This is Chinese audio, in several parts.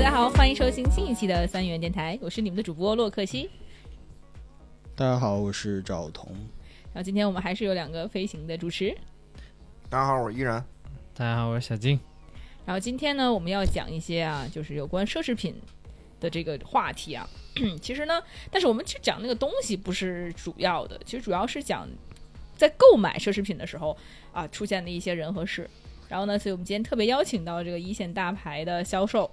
家好，欢迎收听新一期的三元电台，我是你们的主播洛克西。大家好，我是赵彤。然后今天我们还是有两个飞行的主持，大家好，我依然。大家好，我是小静。然后今天呢，我们要讲一些啊，就是有关奢侈品的这个话题啊。 其实呢，但是我们去讲那个东西不是主要的，其实主要是讲在购买奢侈品的时候啊出现的一些人和事。然后呢，所以我们今天特别邀请到这个一线大牌的销售，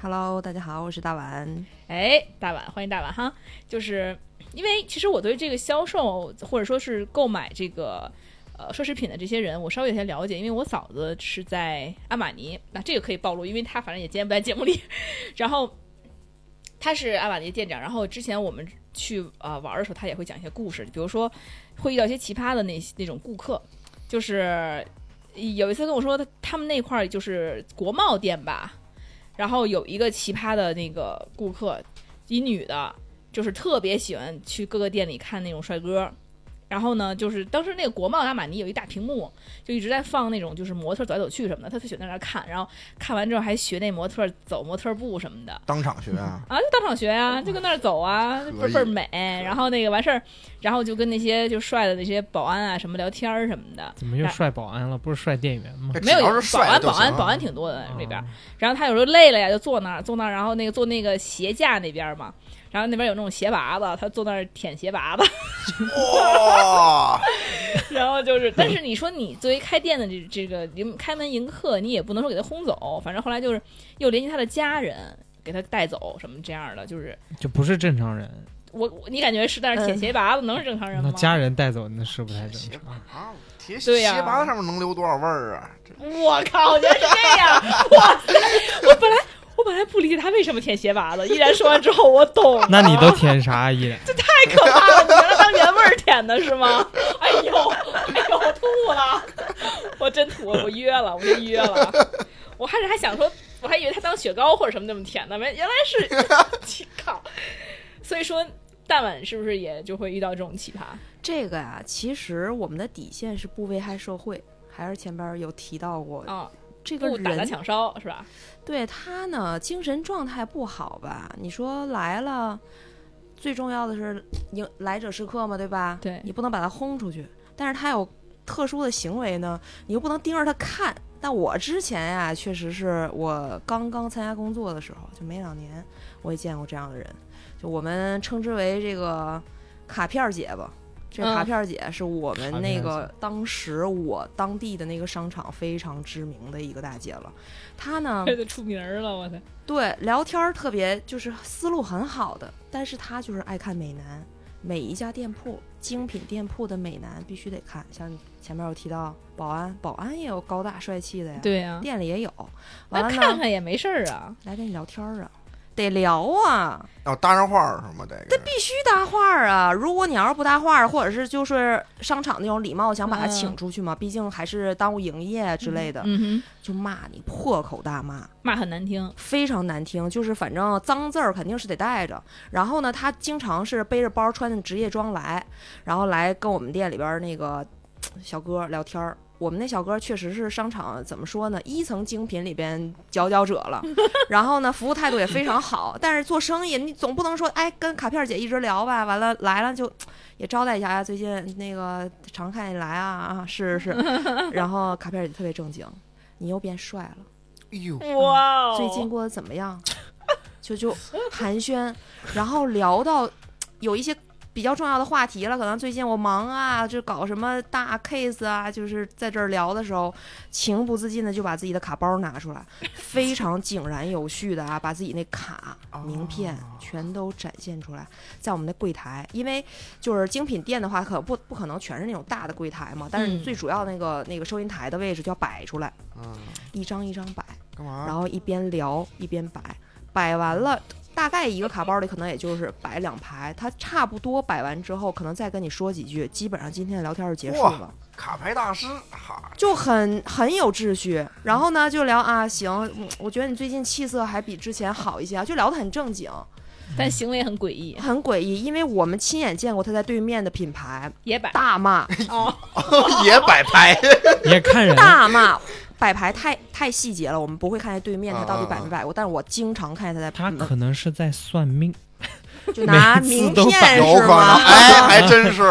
Hello，大家好，我是大碗。哎，大碗，欢迎大碗哈！就是因为其实我对这个销售或者说是购买这个呃奢侈品的这些人，我稍微有些了解，因为我嫂子是在阿玛尼，那这个可以暴露，因为她反正也今天不在节目里。 然后她是阿玛尼店长，然后之前我们去啊、呃玩的时候，她也会讲一些故事，比如说会遇到一些奇葩的那那种顾客，就是有一次跟我说，他他们那块儿就是国贸店吧，然后有一个奇葩的那个顾客，一女的，就是特别喜欢去各个店里看那种帅哥。然后呢，就是当时那个国贸阿玛尼有一大屏幕，就一直在放那种就是模特走来走去什么的，他就喜欢在那儿看。然后看完之后还学那模特走模特步什么的。当场学 啊，啊，就当场学啊，就跟那儿走啊，就倍儿可以倍儿美。然后那个完事儿，然后就跟那些就帅的那些保安啊什么聊天儿什么的。怎么又帅保安了？不是帅店员吗？这没有只要有是保帅安，的就保行啊安，了保安挺多的那边啊。然后他有时候累了呀，就坐那儿，坐那儿，然后那个坐那个鞋架那边嘛，然后那边有那种鞋拔子，他坐那儿舔鞋拔子， 哇，然后就是，但是你说你作为开店的这这个迎开门迎客，你也不能说给他轰走，反正后来就是又联系他的家人给他带走什么这样的，就是就不是正常人。我我你感觉是在那儿舔鞋拔子，能是正常人那吗？家人带走那是不太正鞋拔常。啊，铁对呀鞋拔子上面能留多少味儿啊？这我靠，原来是这样！哇塞，我本来我本来不理解他为什么舔鞋拔子，依然说完之后我懂了。那你都舔啥呀？太可怕了！你原来当原味儿舔的是吗？哎呦，哎呦，我吐了， 我真吐，我约了，我真约了。我还是还想说，我还以为他当雪糕或者什么那么舔的，没，原来是， 靠！所以说，大碗是不是也就会遇到这种奇葩？这个呀、其实我们的底线是不危害社会，还是前边有提到过，啊、这个不打砸人抢烧是吧？对他呢精神状态不好吧？你说来了，最重要的是迎来者是客嘛，对吧？对你不能把他轰出去，但是他有特殊的行为呢，你又不能盯着他看。但我之前呀、确实是我刚刚参加工作的时候，就没两年，我也见过这样的人，就我们称之为这个卡片儿姐吧。这嗯卡片儿姐是我卡片们那儿个当时我当地的那个商场非常知名的一个大姐了，她 呢这就出名儿了，我操！对，聊天儿特别就是思路很好的，但是他就是爱看美男，每一家店铺精品店铺的美男必须得看，像前面有提到保安，保安也有高大帅气的呀，对呀、店里也有，啊完那了呢看看也没事儿啊。来跟你聊天儿啊，得聊啊，要搭上话儿是吗？这个必须搭话儿啊！如果你要是不搭话儿，或者是就是商场那种礼貌想把他请嗯出去嘛，毕竟还是耽误营业之类的，嗯哼，就骂你破口大骂。骂很难听，非常难听，就是反正脏字儿肯定是得带着。然后呢，他经常是背着包，穿着职业装来，然后来跟我们店里边儿那个嘖小哥聊天儿。我们那小哥确实是商场怎么说呢，一层精品里边佼佼者了。然后呢，服务态度也非常好，但是做生意你总不能说，哎，跟卡片儿姐一直聊吧，完了来了就嘖也招待一下啊，最近那个常看你来啊啊，是是是。然后卡片儿姐特别正经，你又变帅了。哎呦，哇、哦最近过得怎么样？ 就就寒暄，然后聊到有一些比较重要的话题了，可能最近我忙啊，就搞什么大 case 啊，就是在这儿聊的时候，情不自禁的就把自己的卡包拿出来，非常井然有序的啊，把自己那卡、名片全都展现出来，在我们的柜台，因为就是精品店的话，可不不可能全是那种大的柜台嘛，但是你嗯最主要那个那个收银台的位置就要摆出来，嗯，一张一张摆。干嘛然？后一边聊一边摆，摆完了大概一个卡包里可能也就是摆两排，他差不多摆完之后，可能再跟你说几句，基本上今天的聊天就结束哇了，卡牌大师， 哈，就很很有秩序。然后呢，就聊啊，行，嗯我觉得你最近气色还比之前好一些啊，就聊得很正经，但行为很诡异，很诡异，因为我们亲眼见过他在对面的品牌也摆大骂哦。也摆拍，也看人，大骂。摆牌太太细节了，我们不会看见对面他到底啊啊摆啊没摆过，但是我经常看见他在他嗯可能是在算命，就拿每次名都 摆啊片有是可能，吗？ 哎，还真是，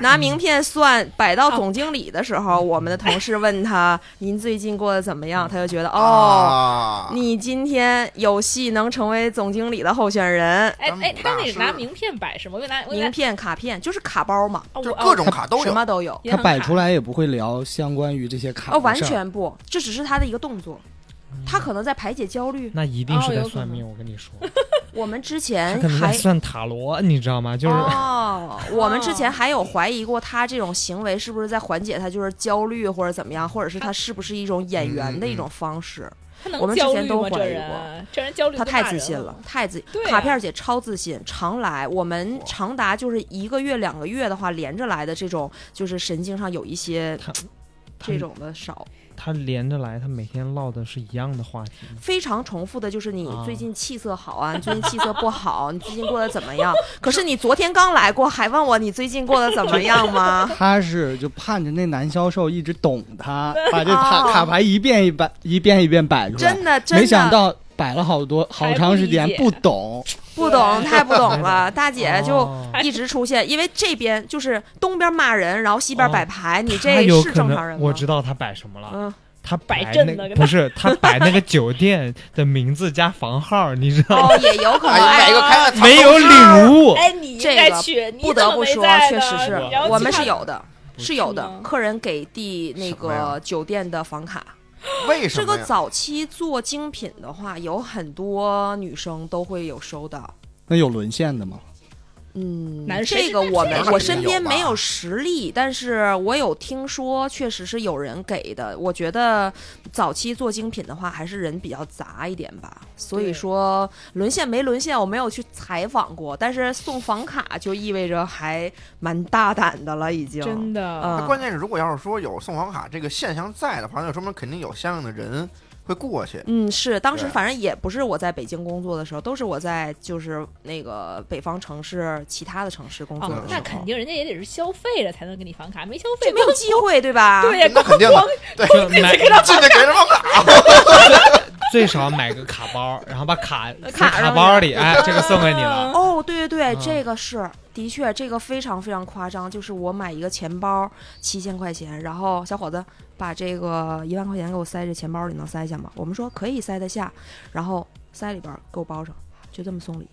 拿名片算摆到总经理的时嗯候，我们的同事问他：“ 您最近过得怎么样？”他就觉得哦。啊，你今天有戏能成为总经理的候选人，哎哎，他那大拿师名片摆什么？我给拿，我给拿名，片、卡片就是卡包嘛，啊就我各种卡都什有，么都有。银他行摆卡出来也不会聊相关于这些卡哦，的完啊事儿全不，这只是他的一个动作，他可能在排解焦虑。那一定是哦有在可算能命。我跟你说，我们之他前可能在还算塔罗，你知道吗？就是 哦，我们之前还有怀疑过他这种行为是不是在缓解他就是焦虑或者怎么样，或者是他是不是一种演员嗯的一种方式。他能我们之焦前虑都吗？这怀疑人这人焦虑他都太骂自人信了，，太自对啊卡片儿姐超自信，常来。我们长达就是一个月、两个月的话，连着来的这种，就是神经上有一些他他这种的少，他连着来，他每天唠的是一样的话题吗。非常重复的，就是你啊最近气色好啊，你最近气色不好，你最近过得怎么样？可是你昨天刚来过，还问我你最近过得怎么样吗？他是就盼着那男销售一直懂 他，把这哦卡卡牌一遍一摆，一遍一遍摆出来。真的，真的，没想到摆了好多好长时间还不不理解懂，不懂，太不懂了，大姐就。哦一直出现，因为这边就是东边骂人，然后西边摆牌，你哦他这有是可正能常人吗？我知道他摆什么了，嗯，他摆摆阵那呢个跟不是他摆那个酒店的名字加房号，你知道吗？哦，也有可能，哎，买一个开个没有领悟，哎，你应这该个去，你不怎得么不没说，在确呢实是你要我去们看是有的，是有是的吗。客人给递那什么呀个酒店的房卡，为什这么个呀？早期做精品的话，有很多女生都会有收到。那有沦陷的吗？嗯男，生这个我们这个我是身有边吧没有实例，但是我有听说，确实是有人给的。我觉得早期做精品的话，还是人比较杂一点吧。所以对说沦陷没沦陷，我没有去采访过，但是送房卡就意味着还蛮大胆的了，已经。真的，哦嗯啊那关键是，如果要是说有送房卡这个现象在的话，那就说明肯定有相应的人会过去。嗯，是当时对反正也不是我在北京工作的时候，都是我在就是那个北方城市其他的城市工作的时哦候，，那肯定人家也得是消费了才能给你房卡，没消费就没有光机会，对吧？对呀，那肯定的光就买进去给人房卡，最少买个卡包，然后把卡塞呃卡上卡包里，哎，这个送给你 了。哦，对对对，嗯这个是的确，这个非常非常夸张。就是我买一个钱包七千块钱，然后小伙子把这个一万块钱给我塞这钱包里，能塞下吗？我们说可以塞得下，然后塞里边儿给我包上，就这么送礼。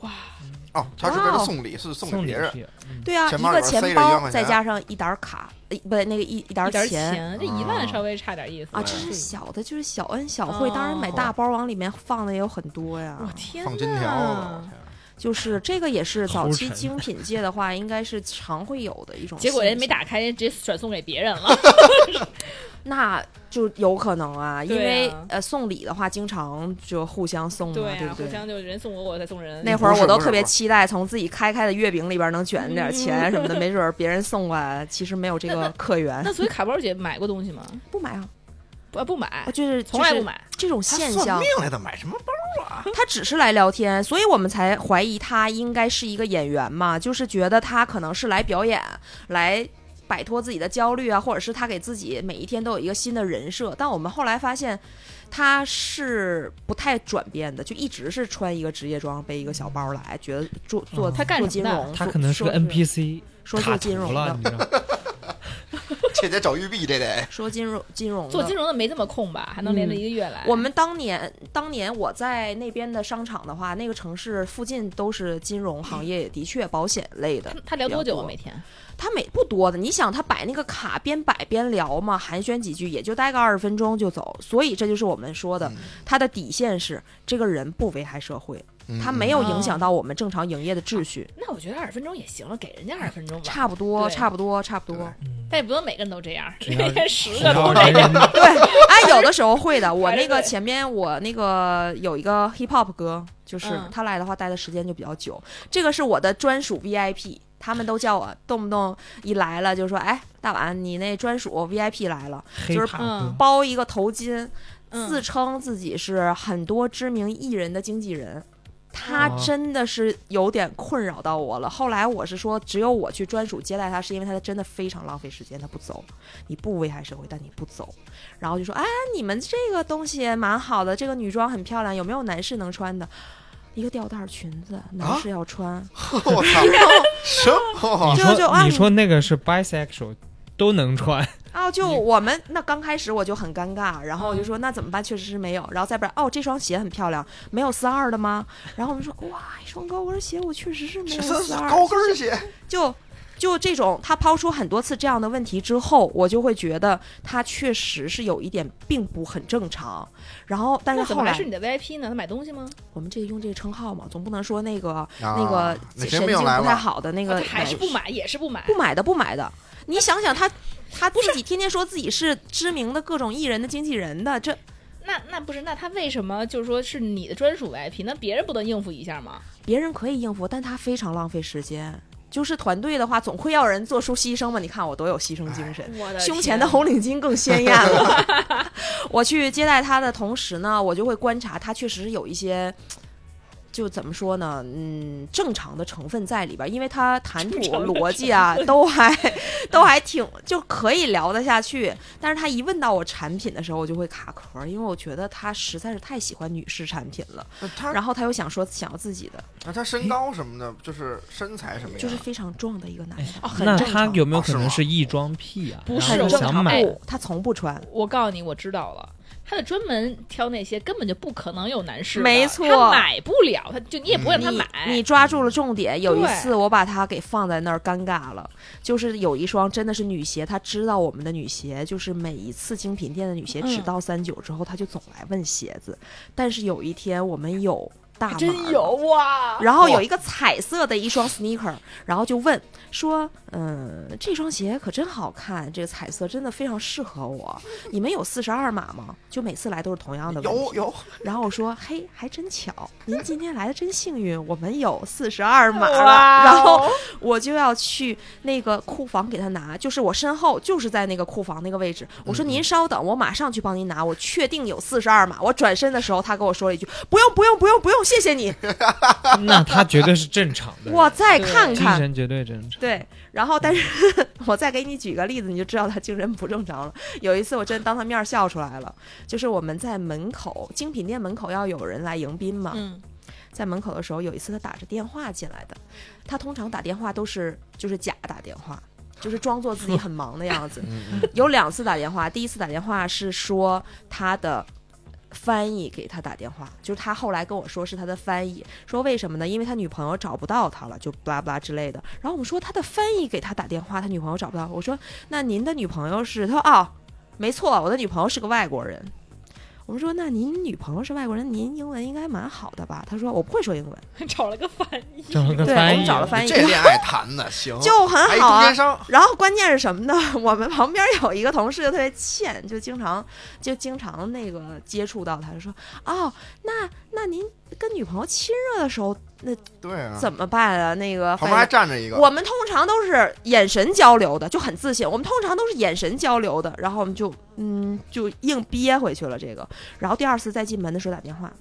哇，哦，他是为哇了哦送礼，是送给送礼别人。品，嗯对啊，钱一包个里边塞着钱一万包块再钱加上一沓儿卡，呃，不对，那个一一沓一儿点钱。钱，这一万稍微差点意思啊，了这是对小的，就是小恩小惠。当然，买哦大包往里面放的也有很多呀。哎我天放金条了，我呐！天就是这个也是早齁期沉精品界的话，应该是常会有的一种。结果人家没。打开，人家直接转送给别人啊了。那就有可能啊，因对为啊呃送礼的话，经常就互相送嘛，对呀，不啊互对？相就人送我，我再送人。那会儿不我是都不是特别不是期待从自己开开的月饼里边能卷点钱什么的，没准儿别人送过来，其实没有这嗯那个那客源那，所以卡包姐买过东西吗？不买啊，不不买啊，就是从来就不是买。这种他现算象命，来的，买什么包？他只是来聊天，所以我们才怀疑他应该是一个演员嘛，就是觉得他可能是来表演，来摆脱自己的焦虑啊，或者是他给自己每一天都有一个新的人设。但我们后来发现，他是不太转变的，就一直是穿一个职业装，背一个小包来，觉得做做哦他干做什金么的融，他说可能是个说 NPC 说做卡金图融了，的你，知道吗？这得找玉璧，这得说金融金融的做金融的没这么空吧？还能连着嗯一个月来？我们当年，当年我在那边的商场的话，那个城市附近都是金融行业，也的确保险类的他。他聊多久比较啊？多每天？他每不多的，你想他摆那个卡，边摆边聊嘛，寒暄几句，也就待个二十分钟就走。所以这就是我们说嗯的，他的底线是这个人不危害社会，嗯他没嗯有影响到我们正常营业的秩序。那我觉得二十分钟也行了，给人家二十分钟吧。差不多，对差不多，差不多。但也不能每个人都这样，只要每天 十只个要都这这样。个对， 哎，有的时候会的。我还是那个对前面我那个有一个 hip hop 哥，就是嗯他来的话待的时间就比较久，这个是我的专属 VIP。他们都叫我动不动一来了就说，哎，大碗你那专属 VIP 来了，黑就是怕嗯哥包一个头巾，嗯自称自己是很多知名艺人的经纪人。他哦真的是有点困扰到我了。后来我是说，只有我去专属接待他，是因为他真的非常浪费时间，他不走，你不危害社会，但你不走，然后就说，哎，你们这个东西蛮好的，这个女装很漂亮，有没有男士能穿的？一个吊带裙子，男士要穿，我 操， 什么？你就就啊说你你说那个是 bisexual 都能穿，啊，就你我们那刚开始我就很尴尬，然后我就说那怎么办？确实是没有，然后再不然哦，这双鞋很漂亮，没有四二的吗？然后我们说哇，一双高跟鞋我确实是没有这是四二，高跟鞋，就就这种，他抛出很多次这样的问题之后，我就会觉得他确实是有一点并不很正常。然后，但是那怎后么还来是你的 VIP 呢？他买东西吗？我们这个用这个称号嘛，总不能说那个、那啊个那神谁经没有来不太了？好的那啊个他还是买不买，也是不买。不买的不买的。你想想他，他自己天天说自己是知名的各种艺人的经纪人的，这那那不是？那他为什么就是说是你的专属 VIP？那别人不能应付一下吗？别人可以应付，但他非常浪费时间。就是团队的话，总会要人做出牺牲嘛。你看我多有牺牲精神。我的胸天 前的红领巾更鲜艳了。我去接待他的同时呢，我就会观察他确实有一些，就怎么说呢，嗯，正常的成分在里边儿，因为他谈吐正常的逻辑啊，都还都还挺就可以聊得下去。但是他一问到我产品的时候，我就会卡壳，因为我觉得他实在是太喜欢女士产品了，那他然后他又想说想要自己的，那他身高什么的，就是身材什么就是样？非常壮的一个男的，哦，很那正他常。有没有哦可是能吗是异装癖啊？不然是哎后很正想常哎买，哦不，他从不穿。我告诉你，我知道了。他得专门挑那些根本就不可能有男士的，没错他买不了，他就你也不会让他你买。你抓住了重点。有一对次我把它给放在那儿，尴尬了。就是有一双真的是女鞋，他知道我们的女鞋，就是每一次精品店的女鞋嗯只到三九之后，他就总来问鞋子。但是有一天我们有大码真了有啊哇！然后有一个彩色的一双 sneaker，然后就问说，嗯，这双鞋可真好看，这个彩色真的非常适合我。你们有四十二码吗？就每次来都是同样的问题。有有，。然后我说：“嘿，还真巧，您今天来的真幸运，我们有四十 二码了。”哇哦然后我就要去那个库房给他拿，就是我身后就是在那个库房那个位置。我嗯说：“您稍等，我马上去帮您拿。”我确定有四十二码。我转身的时候，他跟我说了一句：“不用，不用，不用，不用，谢谢你，那他绝对是正常的，我再看精看。”神绝对正常。对，然后但是 我再给你举个例子，你就知道他精神不正常了。有一次我真当他面笑出来了，就是我们在门口精品店门口要有人来迎宾嘛，嗯， 在门口的时候，有一次他打着电话进来的，他通常打电话都是就是假打电话，就是装作自己很忙的样子嗯有两次打电话，第一次打电话是说他的。翻译给他打电话，就是他后来跟我说是他的翻译，说为什么呢？因为他女朋友找不到他了，就巴拉巴拉之类的。然后我们说他的翻译给他打电话，他女朋友找不到。我说那您的女朋友是？他说哦，没错，我的女朋友是个外国人。我们说那您女朋友是外国人，您英文应该蛮好的吧？他说我不会说英文。找了个翻译，找了个对翻我译们找啊了翻译这恋爱谈的行，哎就很还一好中啊间。商，然后关键是什么呢？我们旁边有一个同事就特别欠，就经常就经常那个接触到他，就说哦，那那您跟女朋友亲热的时候对啊，怎么办啊？那个旁边还反正站着一个，我们通常都是眼神交流的，就很自信。我们通常都是眼神交流的，然后我们就嗯就硬憋回去了这个。然后第二次再进门的时候打电话，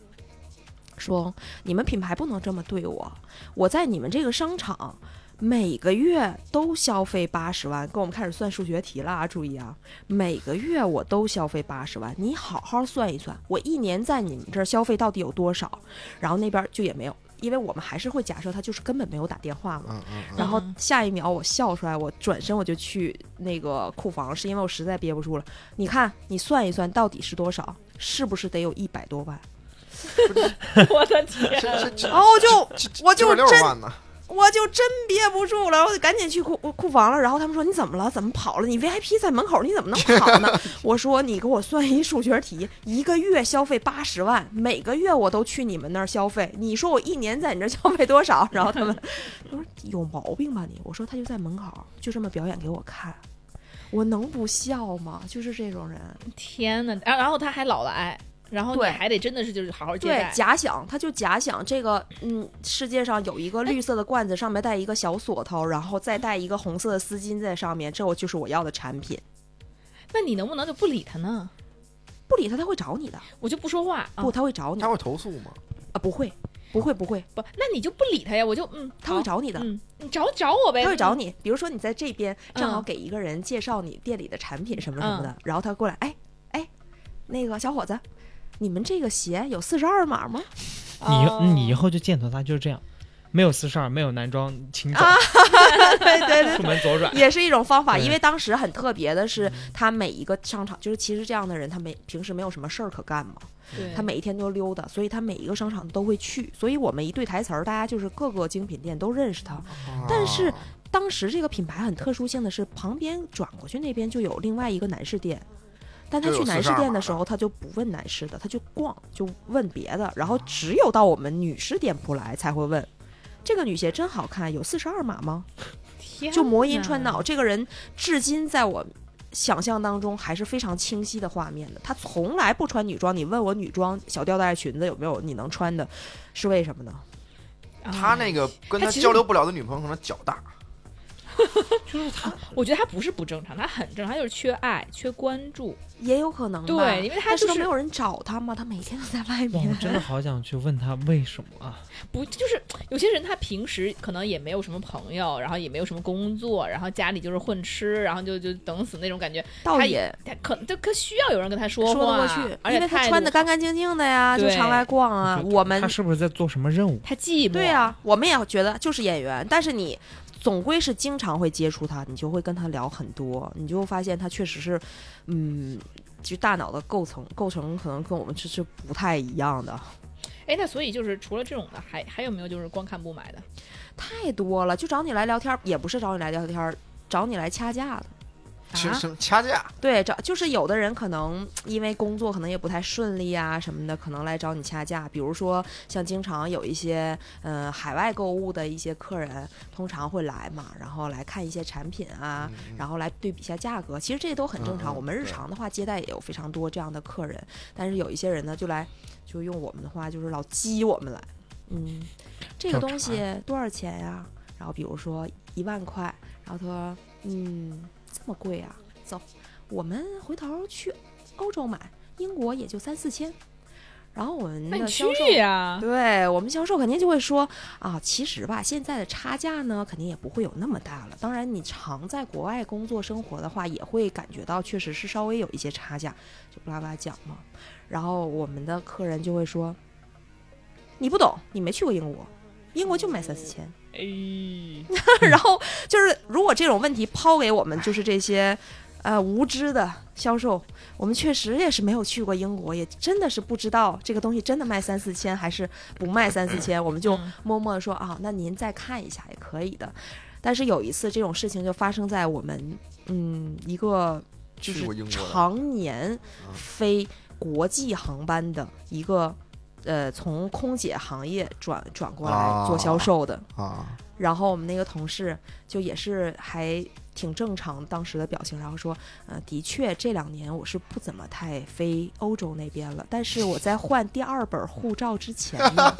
说你们品牌不能这么对我，我在你们这个商场每个月都消费八十万，跟我们开始算数学题了啊！注意啊，每个月我都消费八十万，你好好算一算，我一年在你们这儿消费到底有多少？然后那边就也没有，因为我们还是会假设他就是根本没有打电话嘛。嗯嗯然后嗯下一秒我笑出来，我转身我就去那个库房，是因为我实在憋不住了。你看，你算一算到底是多少？是不是得有一百多万？ 我的嗯， 天！啊这这然后我哦就这我就六真十万呢，我就真憋不住了，我就赶紧去库库房了。然后他们说：“你怎么了？怎么跑了？你 VIP 在门口，你怎么能跑呢？” 我说：“你给我算一数学题，一个月消费八十万，每个月我都去你们那儿消费。你说我一年在你这儿消费 多少？”然后他们他说：“有毛病吧你？”我说：“他就在门口，就这么表演给我看，我能不笑吗？就是这种人，天呐，然然后他还老来，然后你对还得真的是就是好好接对，待。假想，他就假想这个，嗯，世界上有一个绿色的罐子，上面带一个小锁头，然后再带一个红色的丝巾在上面，这我就是我要的产品。那你能不能就不理他呢？不理他，他会找你的。我就不说话啊哦不，！他会找你他会投诉吗？啊，不会，不会不会，不，那你就不理他呀，我就嗯，他好会找你的。嗯，你找找我呗，他会找嗯，你，比如说你在这边正好嗯给一个人介绍你店里的产品什么什么的，然后他过来，哎哎，那个小伙子，你们这个鞋有四十二码吗？你以哦你以后就见到他就是这样，没有四十二，没有男装，请走，啊 对对对出门左转。也是一种方法，对因为当时很特别的是，他每一个商场，就是其实这样的人，他没平时没有什么事儿可干嘛，对他每一天都溜达，所以他每一个商场都会去，所以我们一对台词儿，大家就是各个精品店都认识他。 但哦是当时这个品牌很特殊性的是，旁边转过去那边就有另外一个男士店。但他就有去男士店的时42候，他就不问男士的，他就逛，就问别的，然后只有到我们女士店铺来才会问，这个女鞋真好看，有四十二码吗？天哦就魔音哪穿脑，这个人至今在我想象当中还是非常清晰的画面的。他从来不穿女装，你问我女装小吊带裙子有没有你能穿的，是为什么呢？啊他那个跟他他其实交流不了的女朋友可能脚大，我觉得他不是不正常，他很正常，他就是缺爱、缺关注。也有可能吧对因为他但是就都是没有人嗯找他嘛，他每天都在外哇，我面。真的好想去问他为什么啊？不就是有些人他平时可能也没有什么朋友，然后也没有什么工作，然后家里就是混吃，然后就就等死那种感觉。倒他也他可他可需要有人跟他说说话，得过去，而且因为他态度穿的干干净净的呀，就对常来逛啊。就我们他是不是在做什么任务？他寂寞。对啊呀、我们也觉得就是演员，但是你总归是经常会接触他，你就会跟他聊很多，你就会发现他确实是，嗯，就大脑的构成构成可能跟我们是是不太一样的，哎，那所以就是除了这种的，还还有没有就是光看不买的？太多了。就找你来聊天儿，也不是找你来聊天儿，找你来掐架的。其啊实掐架，对，找就是有的人可能因为工作可能也不太顺利啊什么的，可能来找你掐架。比如说像经常有一些呃海外购物的一些客人，通常会来嘛，然后来看一些产品啊，嗯然后来对比一下价格，其实这些都很正常。嗯嗯我们日对常的话接待也有非常多这样的客人，但是有一些人呢，就来就用我们的话就是老激我们来，嗯，这找个东茬西多少钱呀、然后比如说一万块，然后他说嗯这么贵啊，走，我们回头去欧洲买，英国也就三四千。然后我们那的你销去售呀、对我们销售肯定就会说啊，其实吧，现在的差价呢，肯定也不会有那么大了。当然，你常在国外工作生活的话，也会感觉到确实是稍微有一些差价，就巴拉巴拉讲嘛。然后我们的客人就会说，你不懂，你没去过英国，英国就卖三四千。哎，然后就是，如果这种问题抛给我们，就是这些，呃，无知的销售，我们确实也是没有去过英国，也真的是不知道这个东西真的卖三四千还是不卖三四千，我们就嗯默默地说啊，那您再看一下也可以的。但是有一次这种事情就发生在我们，嗯，一个就去过英是国的常年嗯飞国际航班的一个。呃，从空姐行业转转过来做销啊售的，啊，然后我们那个同事就也是还挺正常当时的表情，然后说，呃，的确这两年我是不怎么太飞欧洲那边了，但是我在换第二本护照之前呢，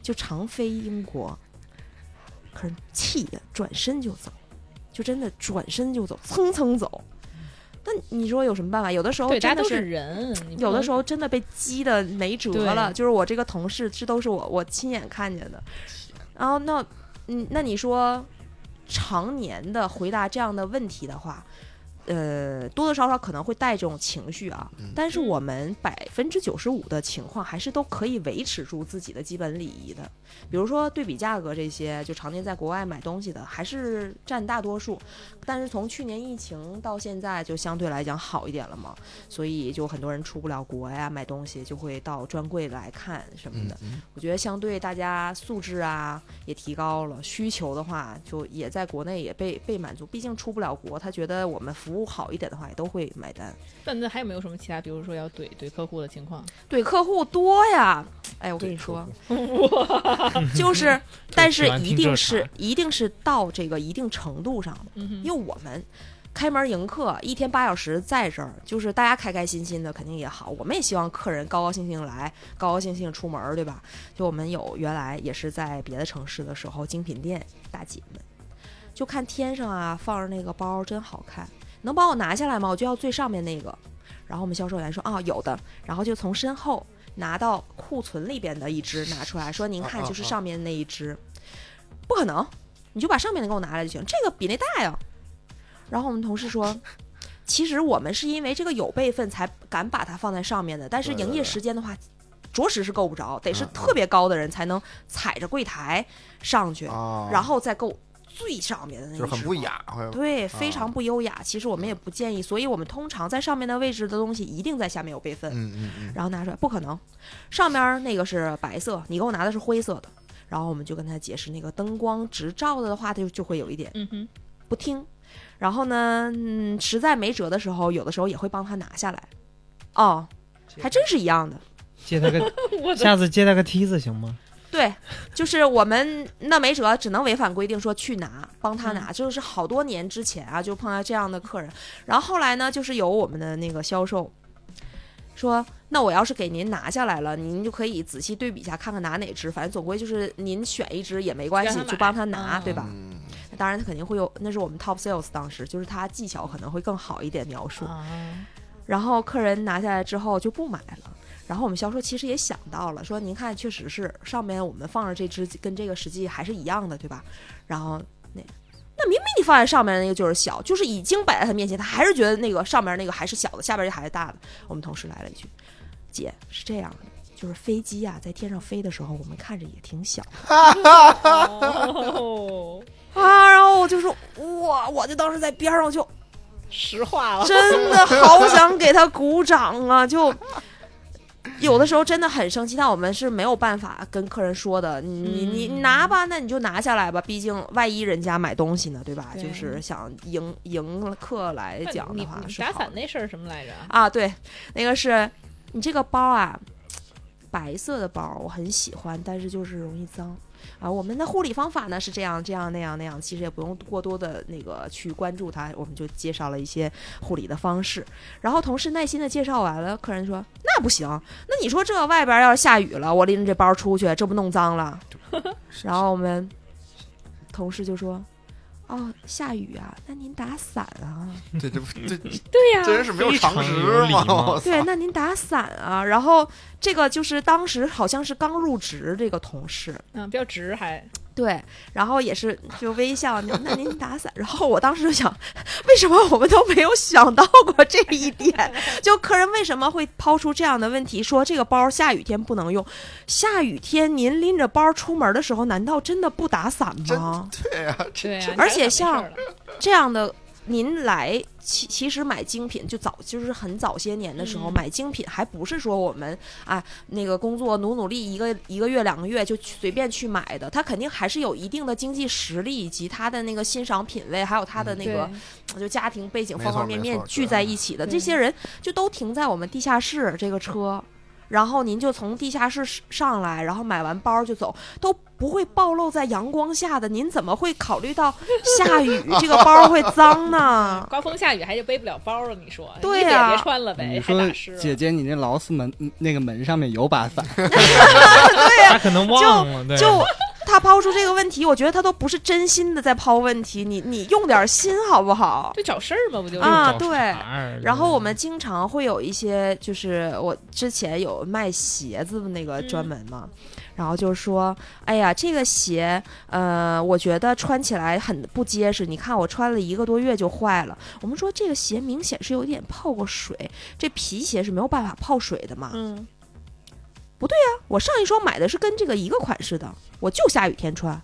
就常飞英国。可是气的转身就走，就真的转身就走，蹭蹭走。但你说有什么办法？有的时候对，大哦真家的都是是人，你不有的能时候真的被激的没辙了，就是我这个同事，这都是我我亲眼看见的。然后那，嗯，那你说，常年的回答这样的问题的话，呃，多多少少可能会带这种情绪啊。嗯但是我们百分之九十五的情况还是都可以维持住自己的基本礼仪的，比如说对比价格这些，就常年在国外买东西的还是占大多数。但是从去年疫情到现在，就相对来讲好一点了嘛。所以就很多人出不了国呀，买东西就会到专柜来看什么嗯的。嗯我觉得相对大家素质啊也提高了，需求的话就也在国内也被被满足，毕竟出不了国，他觉得我们服务好一点的话也都会买单。那那还有没有什么其他，比如说要怼怼客户的情况？对客户多呀，哎，我跟你对客说， 就是，但是一定是一定是到这个一定程度上的。嗯哼，因为我们开门迎客，一天八小时在这儿，就是大家开开心心的，肯定也好。我们也希望客人高高兴兴来，高高兴兴出门儿，对吧？就我们有原来也是在别的城市的时候，精品店大姐们就看天上啊放着那个包真好看，能帮我拿下来吗？我就要最上面那个。然后我们销售员说啊有的，然后就从身后。拿到库存里边的一只拿出来，说您看啊就是啊上面那一只，不可能，你就把上面的给我拿来就行，这个比那大呀。然后我们同事说，其实我们是因为这个有备份才敢把它放在上面的，但是对对营业对时间的话，着实是够不着，得是嗯嗯特别高的人才能踩着柜台上去，啊，然后再够最上面的那一就是很只不狗雅，会对，非啊常不优雅。其实我们也不建议，所以我们通常在上面的位置的东西一定在下面有备份。嗯嗯嗯，然后拿出来，不可能，上面儿那个是白色，你给我拿的是灰色的。然后我们就跟他解释，那个灯光直照的的话，他就就会有一点嗯哼，不听。然后呢，嗯，实在没辙的时候，有的时候也会帮他拿下来。哦，还真是一样的。借他 个，我的下次借他个梯子行吗？对，就是我们那没辙，只能违反规定说去拿，帮嗯他拿。就是好多年之前啊，就碰到这样的客人。然后后来呢，就是有我们的那个销售说，那我要是给您拿下来了，您就可以仔细对比一下，看看拿哪只。反正总归就是您选一只也没关让系，他就帮他买拿，嗯对吧？嗯当然他肯定会有，那是我们 top sales 当时就是他技巧可能会更好一点描述。啊， 然后客人拿下来之后就不买了。然后我们销售其实也想到了，说您看，确实是上面我们放着这只跟这个实际还是一样的，对吧？然后那那明明你放在上面那个就是小，就是已经摆在他面前，他还是觉得那个上面那个还是小的，下边这还是大的。我们同事来了一句：“姐是这样的，就是飞机呀、在天上飞的时候，我们看着也挺小哦，啊。”然后我就说：“哇！”我就当时在边上就实话了，真的好想给他鼓掌啊！就有的时候真的很生气，但我们是没有办法跟客人说的。你你嗯你拿吧，那你就拿下来吧，毕竟万一人家买东西呢，对吧？对就是想迎迎客来那讲你的话你是打好伞的那事儿什么来着？啊，对，那个是你这个包啊，白色的包我很喜欢，但是就是容易脏。啊，我们的护理方法呢是这样、这样、那样、那样，其实也不用过多的那个去关注它，我们就介绍了一些护理的方式。然后同事耐心的介绍完了，客人说：“那不行，那你说这外边要是下雨了，我拎着这包出去，这不弄脏了？”然后我们同事就说：“哦，下雨啊，那您打伞啊。”这这这 对呀这人是没有常识吗非常有礼？貌我操对，那您打伞啊。然后这个就是当时好像是刚入职这个同事，嗯，比较直还， 对，然后也是就微笑，那那您打伞。然后我当时就想，为什么我们都没有想到过这一点？ 就客人为什么会抛出这样的问题，说这个包下雨天不能用？下雨天您拎着包出门的时候，难道真的不打伞真吗？对呀，这对呀，啊而且你打伞没事儿了这样的，您来其其实买精品就早就是很早些年的时候、嗯买精品，还不是说我们啊那个工作努努力一个一个月两个月就去随便去买的，他肯定还是有一定的经济实力以及他的那个欣赏品味，还有他的嗯那个、就家庭背景没方错方面没面错聚对在一起的，这对些人就都停在我们地下室这嗯个车。然后您就从地下室上来，然后买完包就走，都不会暴露在阳光下的。您怎么会考虑到下雨这个包会脏 呢？刮风下雨还就背不了包了，你说对衣啊服呀也别穿了呗，你还说打湿了。姐姐，你那劳斯门那个门上面有把 伞，他可能忘了，对，就他抛出这个问题，我觉得他都不是真心的在抛问题，你你用点心好不好？就找事儿嘛，不就是？啊找对茬儿然后我们经常会有一些，就是我之前有卖鞋子的那个专门嘛，然后就说，哎呀，这个鞋，呃，我觉得穿起来很不结实，你看我穿了一个多月就坏了。我们说这个鞋明显是有点泡过水，这皮鞋是没有办法泡水的嘛。嗯，我上一双买的是跟这个一个款式的，我就下雨天穿。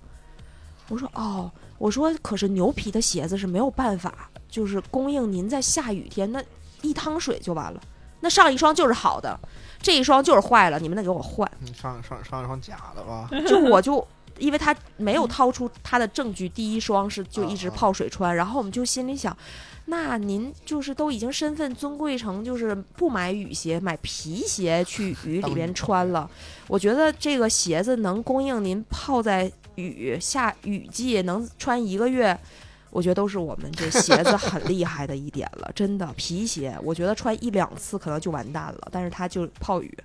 我说哦，我说可是牛皮的鞋子是没有办法，就是供应您在下雨天那一汤水就完了。那上一双就是好的，这一双就是坏了，你们得给我换。你上上上一双假的吧？就我就因为他没有掏出他的证据，第一双是就一直泡水穿，然后我们就心里想，那您就是都已经身份尊贵成就是不买雨鞋，买皮鞋去雨里边穿了，我觉得这个鞋子能供应您泡在雨下雨季能穿一个月。我觉得都是我们这鞋子很厉害的一点了，真的皮鞋，我觉得穿一两次可能就完蛋了，但是它就泡雨，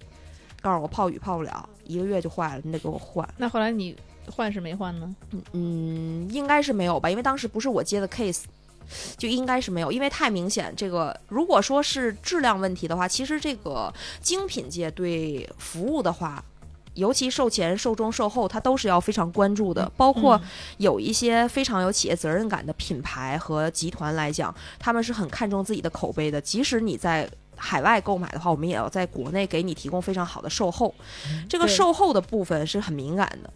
告诉我泡雨泡不了，一个月就坏了，你得给我换。那后来你换是没换呢？嗯，应该是没有吧，因为当时不是我接的 case，就应该是没有，因为太明显。这个如果说是质量问题的话，其实这个精品界对服务的话。尤其售前、售中、售后，它都是要非常关注的。包嗯括有一些非常有企业责任感的品牌和集团来讲，他们是很看重自己的口碑的。即使你在海外购买的话，我们也要在国内给你提供非常好的售后。这个对售后的部分是很敏感的。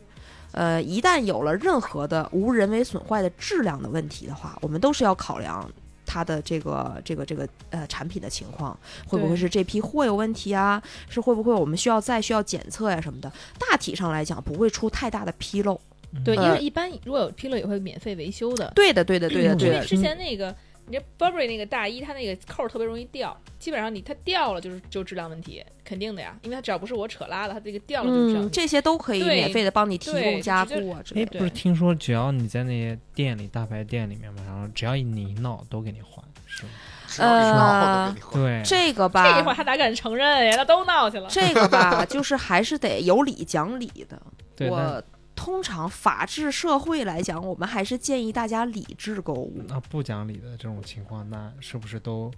呃，一旦有了任何的无人为损坏的质量的问题的话，我们都是要考量它的这个这个这个呃产品的情况，会不会对是这批货有问题啊？是会不会我们需要再需要检测呀、什么的？大体上来讲，不会出太大的纰漏。嗯对，因呃为一般如果有纰漏也会免费维修的。对的，对的，对的，嗯对因为的。之前那个，你这 Burberry 那个大衣，它那个扣儿特别容易掉，基本上你它掉了就是就质量问题，肯定的呀，因为它只要不是我扯拉了，它这个掉了就是质量嗯，问题。这些都可以对免费的帮你提对供就加直接固啊之类哎，的。不是听说只要你在那些店里大牌店里面嘛，然后只要你一闹都给你还，是吗？只要你说好呃都给你换。对，这个吧，这一块他哪敢承认呀？他都闹去了。 这个吧，就是还是得有理讲理的。对，那我通常法治社会来讲，我们还是建议大家理智购物。那不讲理的这种情况，那是不是都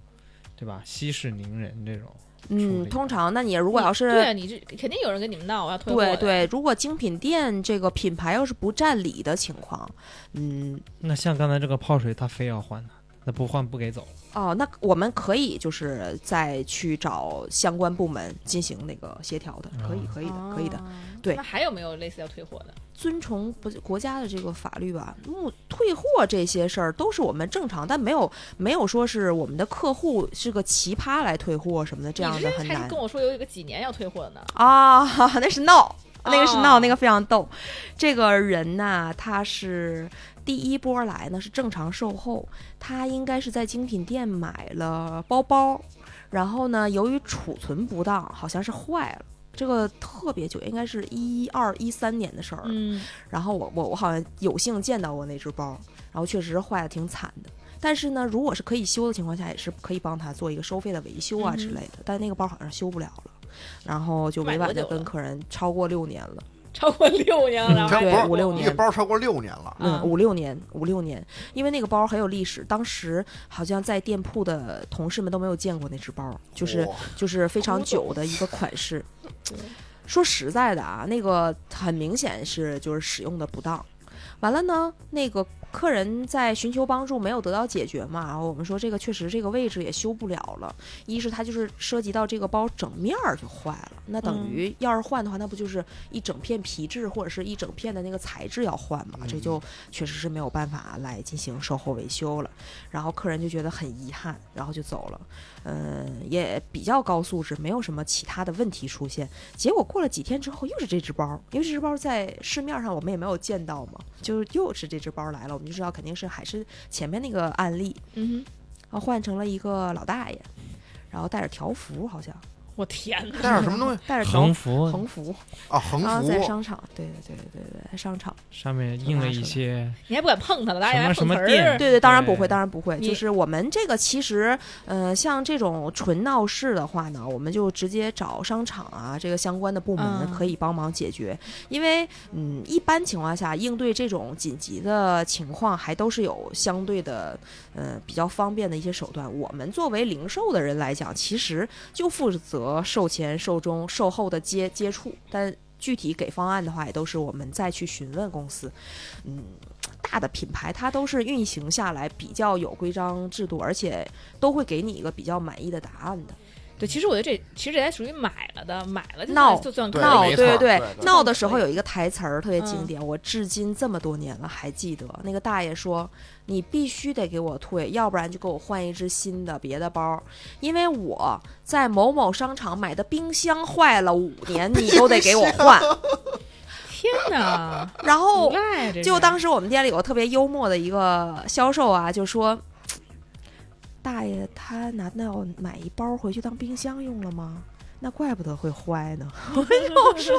对吧？息事宁人这种，处嗯，理通常，那你如果要对是啊，你这肯定有人跟你们闹，我啊要退货的。对对，如果精品店这个品牌要是不占理的情况，嗯，那像刚才这个泡水，他非要换的，那不换不给走。哦，那我们可以就是再去找相关部门进行那个协调的，可以，啊可以的，可以的。哦对那还有没有类似要退货的？遵从不国家的这个法律吧，目退货这些事儿都是我们正常，但没有没有说是我们的客户是个奇葩来退货什么的，这样你的之很前还难跟我说有一个几年要退货的呢。啊。 哈哈那是闹，那个是闹，哦那个非常逗。这个人呐、他是第一波来呢是正常售后，他应该是在精品店买了包包，然后呢，由于储存不当，好像是坏了。这个特别久，应该是一二一三年的事儿了。嗯，然后我我我好像有幸见到过那只包，然后确实是坏的挺惨的。但是呢，如果是可以修的情况下，也是可以帮他做一个收费的维修啊嗯之哼类的。但那个包好像修不了了，然后就买委多婉的久跟了客人超过六年了，超过六年了，超还过退货五六年这包超过六年了，啊嗯，五六年，五六年，因为那个包很有历史，当时好像在店铺的同事们都没有见过那只包，就是哦哇就是非常古久董的一个款 式对。说实在的啊，那个很明显是就是使用的不当。完了呢，那个客人在寻求帮助没有得到解决嘛，然后我们说这个确实这个位置也修不了了。一是它就是涉及到这个包整面儿就坏了，那等嗯于要是换的话，那不就是一整片皮质或者是一整片的那个材质要换嘛？这就确实是没有办法来进行售后维修了。然后客人就觉得很遗憾，然后就走了。嗯，也比较高素质，没有什么其他的问题出现。结果过了几天之后，又是这只包，因为这只包在市面上我们也没有见到嘛，就是又是这只包来了，我们就知道肯定是还是前面那个案例，嗯然后换成了一个老大爷，然后带着条幅，好像哼，我天哪！带点什么东 西带着条横幅横幅，啊？横然后在幅，商场，对对对对对，在商场，上面印了一些你还不敢碰它了，大家还什碰么瓷什么店儿。对对，当然不对会，当然不会。就你是我们这个其实，呃，像这种纯闹事的话呢，我们就直接找商场啊，这个相关的部门嗯可以帮忙解决。因为，嗯，一般情况下应对这种紧急的情况，还都是有相对的，呃，比较方便的一些手段。我们作为零售的人来讲，其实就负责售前、售中、售后的接接触，但。具体给方案的话，也都是我们再去询问公司，嗯，大的品牌，它都是运行下来比较有规章制度，而且都会给你一个比较满意的答案的。对，其实我觉得这其实这还属于买了的，买了就闹算就算对闹，可以没对错对对对闹的时候有一个台词儿特别经典，我至今这么多年了还记得。那个大爷说：“你必须得给我退，要不然就给我换一只新的别的包，因为我在某某商场买的冰箱坏了五年，你都得给我换。天 哪，”然后无赖啊这是就当时我们店里有个特别幽默的一个销售啊，就说：“大爷，他难道买一包回去当冰箱用了吗？”那怪不得会坏呢！ 我就说，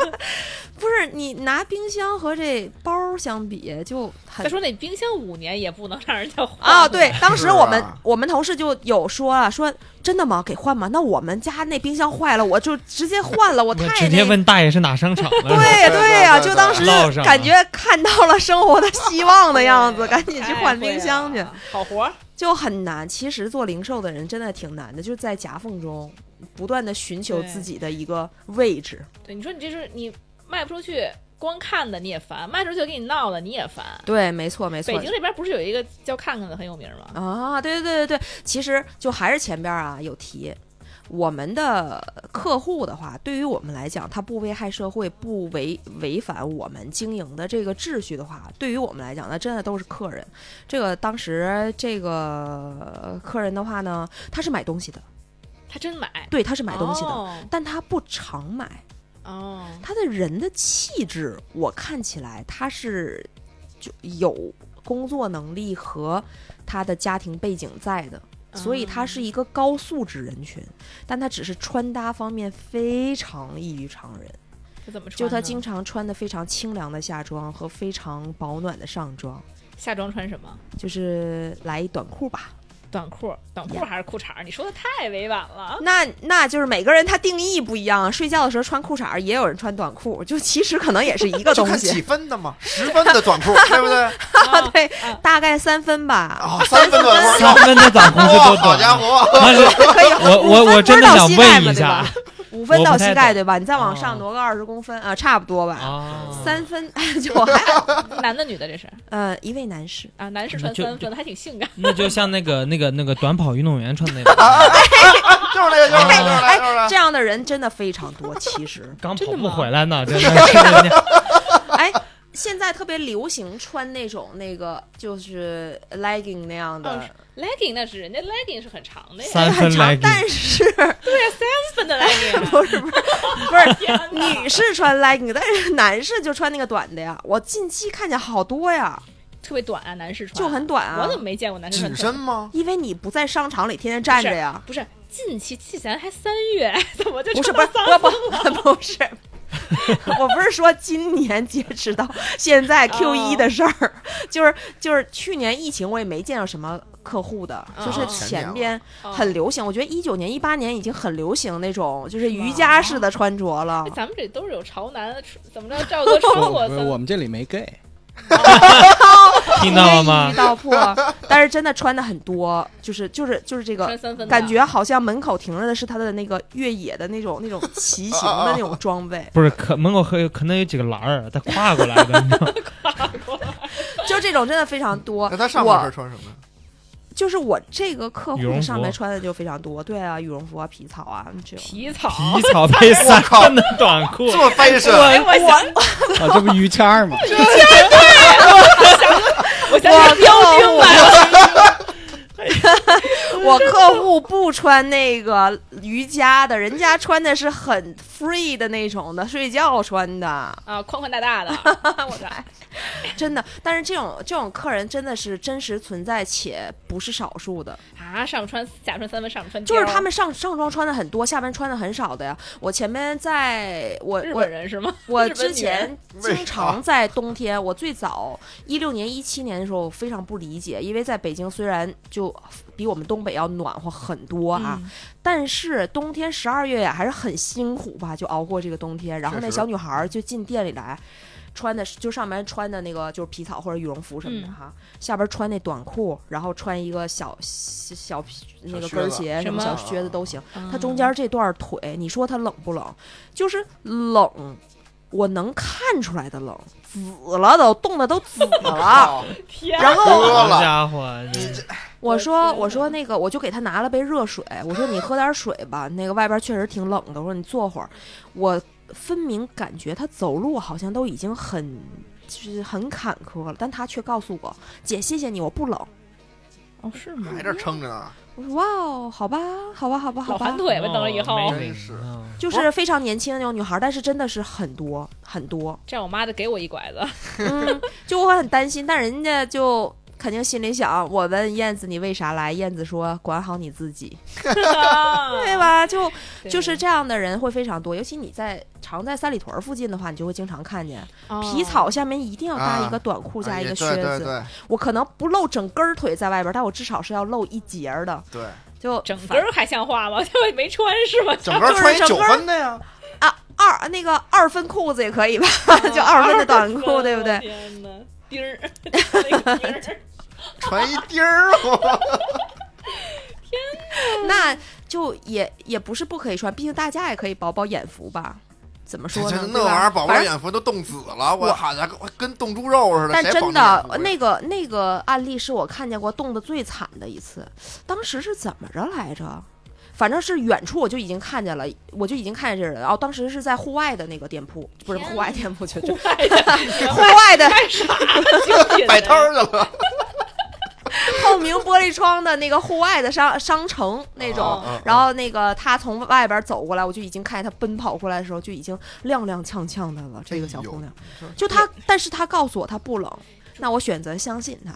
不是你拿冰箱和这包相比就很再说那冰箱五年也不能让人家换啊，对，当时我们、是啊我们同事就有说啊，说真的吗？给换吗？那我们家那冰箱坏了，我就直接换了，我哦太直那接个问大爷是哪商场的？ 对对对呀、对对就当时落上了 感觉看到了生活的希望的样子，赶紧去换太会冰箱去了。好活儿，就很难。其实做零售的人真的挺难的，就是在夹缝中不断的寻求对自己的一个位置。对，你说你这是你卖不出去，光看的你也烦，卖出去给你闹了你也烦。对，没错，没错。北京这边不是有一个叫看看的很有名吗？啊，对对对对对，其实就还是前边儿啊有提，我们的客户的话，对于我们来讲，他不危害社会，不违违反我们经营的这个秩序的话，对于我们来讲，那真的都是客人。这个当时这个客人的话呢，他是买东西的，他真买对，他 是买东西的，哦但他不常买。哦他的人的气质，我看起来他是就有工作能力和他的家庭背景在的，所以嗯他是一个高素质人群，但他只是穿搭方面非常异于常人，他怎么穿就呢？他经常穿的非常清凉的夏装和非常保暖的上装，夏装穿什么？就是来一短裤吧。短裤，短裤 Yeah 还是裤衩儿？你说的太委婉 了。啊那那就是每个人他定义不一样，啊睡觉的时候穿裤衩儿，也有人穿短裤，就其实可能也是一 个就东看西。几分的嘛，十分的短裤，对不对？啊对啊，大概三分吧，哦啊，三分的短裤，三分的短裤是哇，多哦好短家啊？伙， 那是可以，我我我真的想问一下五分到膝我不太盖懂对吧？你再往上哦挪个二十公分啊，差不多吧。啊，三分 就还 男的女的这是呃一位男士，啊，男士那穿就三就分还挺性感。那就像那个那个那个短跑运动员穿的 那种，，就是那个， 就是那个，就是那哎这样的人真的非常 多。其实刚跑真的步吗回来呢，真的是人 家哎，现在特别流行穿那种那个就是 legging 那样的哦，legging 那是人家 legging 是很长的呀，三很分来长，但是 三分的 legging 啊不是不是不是天哪女士穿 legging，但是男士就穿那个短的呀。我近期看见好多呀，特别短啊，男士穿就很短啊我怎么没见过男士穿紧特身吗？因为你不在商场里天天站着呀。不是近期，之前还三月，哎怎 么就不是不穿是到不三月不 不是，我不是说今年截止到现哦在 Q 一的事儿， 就是就是去年疫情我也没见到什么客户的，就是哦前前边年哦很流行，我觉得一九年一八年已经很流行那种就是是吗瑜伽式的穿着了哎。咱们这都是有潮男，怎么着？赵哥穿过我三我们这里没 gay，听到了吗嗯 一遇？到破，但是真的穿的很多，就是就是就是这穿个。三分的，感觉好像门口停着的是他的那个越野的那种那种骑行的那种装 备，不是，可门口还有可能有几个栏儿，他跨过来的，你知道 吗就这种真的非常多。那他上我半身穿什么？就是我这个客羽绒服户上面穿的就非常多，对啊，羽绒服啊、皮草啊，这种。皮草。皮草配三分的短裤，这么 fashion，哎，我想，啊，这不于谦儿吗？ 我想起标兵来了，我客户不穿那个瑜伽的，人家穿的是很 free 的那种的，睡觉穿的，啊，宽宽大大 的，我的，真的。但是这种这种客人真的是真实存在且不是少数的，啊，上面穿下穿三分，上面穿就是貂他们上上装穿的很多，下边穿的很少的呀。我前面在我日我本人是吗？我日本之女人前为经常在冬天，我最早一六年、一七年的时候，我非常不理解，因为在北京虽然就比我们东北要暖和很多啊，嗯但是冬天十二月呀啊还是很辛苦吧，就熬过这个冬天。然后那确实小女孩儿就进店里来，穿的是就上面穿的那个就是皮草或者羽绒服什么的嗯哈，下边穿那短裤，然后穿一个小小小皮那个小靴跟儿子鞋什么什小么靴子都行。嗯它中间这段腿，你说它冷不冷？就是冷，我能看出来的冷，紫了都，冻的都紫 了。啊，天然后饿好了，家伙，我我说天我说那个，我就给他拿了杯热水，我说你喝点水吧，那个外边确实挺冷的，我说你坐会儿。我分明感觉他走路好像都已经很就是很坎坷了，但他却告诉我姐，谢谢你，我不冷。哦是吗？还这撑着呢，我说哇哦，好吧，好吧，好吧，好老吧寒。腿吧，等了以后没事，真就是非常年轻的那种女孩，但是真的是很多很多。这样我妈的给我一拐子， 嗯，就我很担心，但人家就肯定心里想，我问燕子你为啥来？燕子说管好你自己，对哦对？吧？就就是这这样的人会非常多，尤其你在常在三里屯附近的话，你就会经常看见、哦皮草下面一定要搭一个短啊裤加哎一对个靴子。对对我可能不露整根儿腿在外边，但我至少是要露一截儿的，对，就整根儿还像话吗？ 就没穿是吗？整个穿一啊就是九整个分的 呀，啊二那个二分裤子也可以吧，哦 就二分的短裤，对不对？天呐，钉儿，那个钉儿传一丁儿啊 吗？嗯那就也也不是不可以穿，毕竟大家也可以饱饱眼福吧。怎么这说这呢？ 那对玩意吧儿，宝宝反正眼福都冻紫了，我我好家伙，跟冻猪肉似的。但谁真保那眼的福，呀啊那个那个案例是我看见过冻得最惨的一次。当时是怎么着来着？反正是远处我就已经看见了，我就已经看见这人了。然后当时是在户外的那个店铺，不是天户外店铺，就就户外的，户外的 太傻了，摆摊儿去了，透明玻璃窗的那个户外的商商城 那种。啊啊啊然后那个他从外边走过来，我就已经看见他奔跑过来的时候，就已经踉踉跄跄的了。这个小姑娘，就她，但是她告诉我她不冷，那我选择相信她。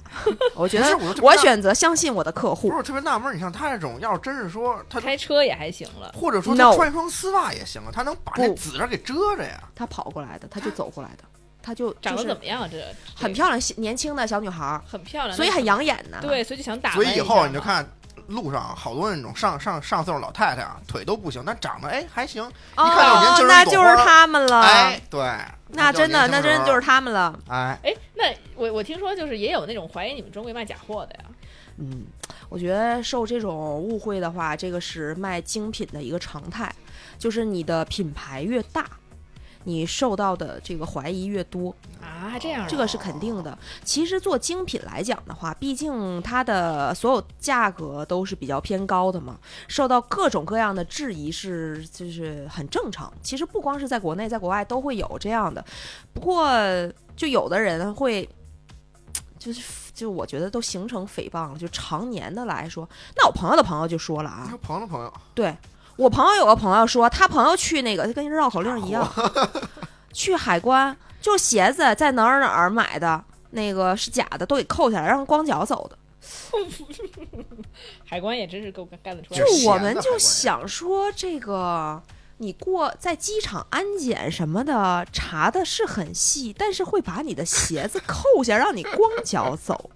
我觉不是得我就特别我纳选择相信我的客不户是。我特别纳闷儿，你像他这种，要是真是说他，开车也还行了。或者说他 No 穿一双丝袜也行啊，他能把那不紫这儿给遮着呀。她跑过来的，她就走过来的，她就 长就得怎是么样啊？这很漂亮，小年轻的小女孩儿，亮，很漂亮，所以很洋。养眼呢。，对，所以就想打扮所一下嘛。以以后你就看路上好多那种上上上岁数老太太啊，腿都不行，但长得哎还行。哦看到年轻，人那朵就花是他们了。哎，对，啊那真的，那真的就是是他们了。哎，哎，那我我听说就是也有那种怀疑你们专柜卖假货的呀，嗯，我觉得受这种误会的话，这个是卖精品的一个常态，就是你的品牌越大，你受到的这个怀疑越多，啊，这样啊这个是肯定的。其实做精品来讲的话，毕竟它的所有价格都是比较偏高的嘛，受到各种各样的质疑是就是很正常。其实不光是在国内，在国外都会有这样的。不过，就有的人会，就是就我觉得都形成诽谤了，就常年的来说。那我朋友的朋友就说了你啊说，朋友朋友，对我朋友有个朋友说，他朋友去那个跟绕口令一样，去海关就鞋子在哪儿哪儿买的，那个是假的，都给扣下来，让光脚走的。海关也真是够干得出来就的。我们闲的海就关想说，这个你过在机场安检什么的查的是很细，但是会把你的鞋子扣下，让你光脚走。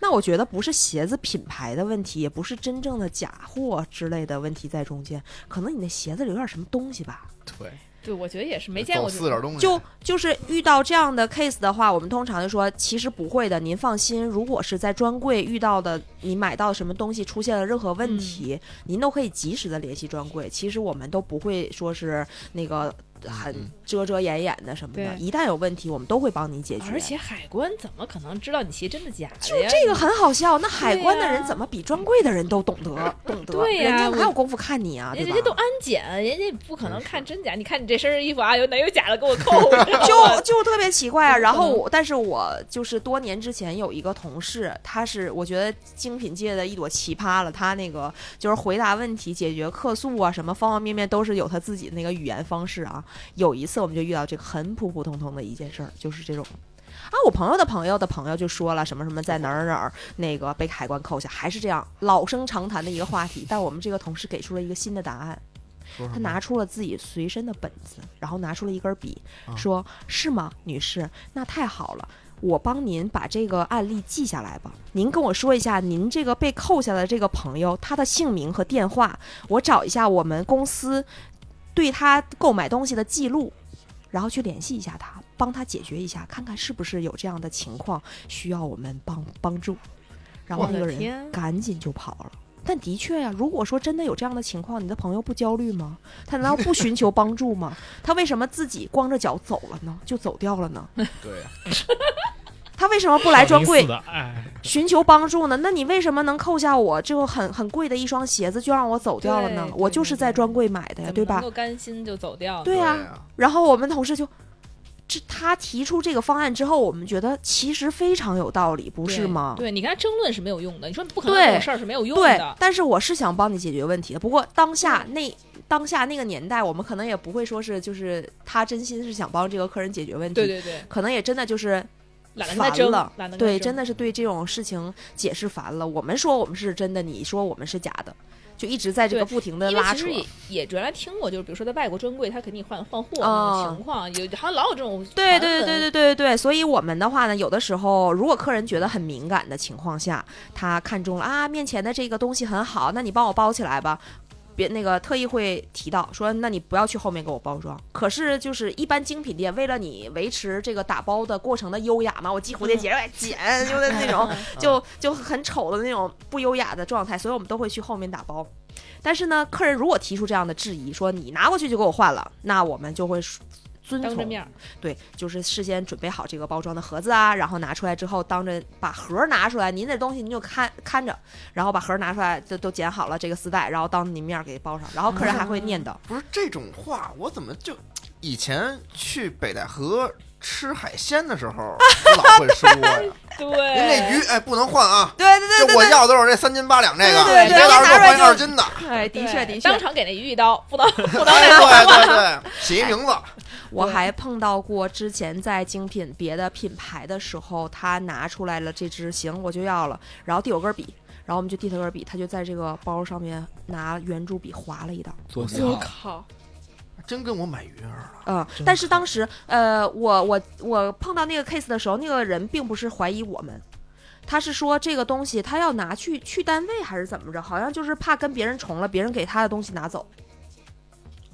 那我觉得不是鞋子品牌的问题，也不是真正的假货之类的问题在中间，可能你那鞋子里有点什么东西吧。对，对，我觉得也是没见过走就四点东西，就就是遇到这样的 case 的话，我们通常就说，其实不会的，您放心。如果是在专柜遇到的，你买到什么东西出现了任何问题，嗯您都可以及时的联系专柜。其实我们都不会说是那个很嗯遮遮掩掩的什么的，对一旦有问题，我们都会帮你解决。而且海关怎么可能知道你鞋真的假的就呀？这个很好笑，那海关的对呀人怎么比专柜的人都懂得懂得？对呀人家我哪有功夫看你啊？人对家吧人？家都安检，人家也不可能真是看真假。你看你这身衣服啊，有哪有假的，给我扣 就就特别奇怪啊。嗯然后我，但是我就是多年之前有一个同事，他是我觉得精品界的一朵奇葩了。他那个就是回答问题、解决客诉啊，什么方方面面都是有他自己的那个语言方式啊。有一次我们就遇到这个很普普通通的一件事儿，就是这种。啊，我朋友的朋友的朋友就说了什么什么在哪儿哪儿那个被海关扣下，还是这样老生常谈的一个话题。但我们这个同事给出了一个新的答案，说什么他拿出了自己随身的本子，然后拿出了一根笔，啊说：“是吗，女士？那太好了，我帮您把这个案例记下来吧。您跟我说一下，您这个被扣下的这个朋友，他的姓名和电话，我找一下我们公司对他购买东西的记录，然后去联系一下他，帮他解决一下，看看是不是有这样的情况需要我们帮帮助。”然后我那的个人天，赶紧就跑了。但的确呀、如果说真的有这样的情况，你的朋友不焦虑吗？他难道不寻求帮助吗？他为什么自己光着脚走了呢？就走掉了呢？对，他为什么不来专少林柜寺的哎，寻求帮助呢？那你为什么能扣下我这个很很贵的一双鞋子就让我走掉了呢对？对我就是在专柜买的呀，对怎么能吧？够甘心就走掉呢？对呀、呀，然后我们同事就，这他提出这个方案之后，我们觉得其实非常有道理，不不是吗？对你跟他争论是没有用的，你说你不可能对这种事儿是没有用对的，。嗯但是我是想帮你解决问题的。不过当下那当下那个年代，我们可能也不会说是就是他真心是想帮这个客人解决问题，对对对，可能也真的就是懒得跟他烦争了，，懒得跟他对，争真的是对这种事情解释烦了。我们说我们是真的，你说我们是假的，就一直在这个对不停的因为拉其扯实。也也原来听过，就是比如说在外国专柜，他给你换换货那种情况，有好像老有这种哦对传对对对闻对对对，所以我们的话呢，有的时候如果客人觉得很敏感的情况下，他看中了啊，面前的这个东西很好，那你帮我包起来吧。别那个特意会提到说，那你不要去后面给我包装。可是就是一般精品店为了你维持这个打包的过程的优雅嘛，我系蝴蝶嗯结，哎剪，就是那种 就就很丑的那种不优雅的状态，所以我们都会去后面打包。但是呢，客人如果提出这样的质疑，说你拿过去就给我换了，那我们就会遵当着从面儿，对，就是事先准备好这个包装的盒子啊，然后拿出来之后，当着把盒儿拿出来，您这东西您就看看着，然后把盒儿拿出来，就都剪好了这个丝带，然后当您面儿给包上，然后客人还会念叨，不是这种话，我怎么就以前去北戴河吃海鲜的时候，我老会说呀，您对，这鱼哎不能换啊，对对对就对我对，要的都是这三斤八两这个，对对对对别到时候给我拿换一出来就二斤的，哎，的确对的当确，场给那鱼一刀，不 能不能哎那个。对对对，写一名字，我还碰到过之前在精品别的品牌的时候，他拿出来了这支，行，我就要了，然后递我根儿笔。然后我们就递他根儿笔，他就在这个包上面拿圆珠笔划了一道。做我靠，真跟我买鱼儿了。嗯，真但是好当时，呃，我我我碰到那个 case 的时候，那个人并不是怀疑我们，他是说这个东西他要拿去去单位还是怎么着，好像就是怕跟别人重了，别人给他的东西拿走。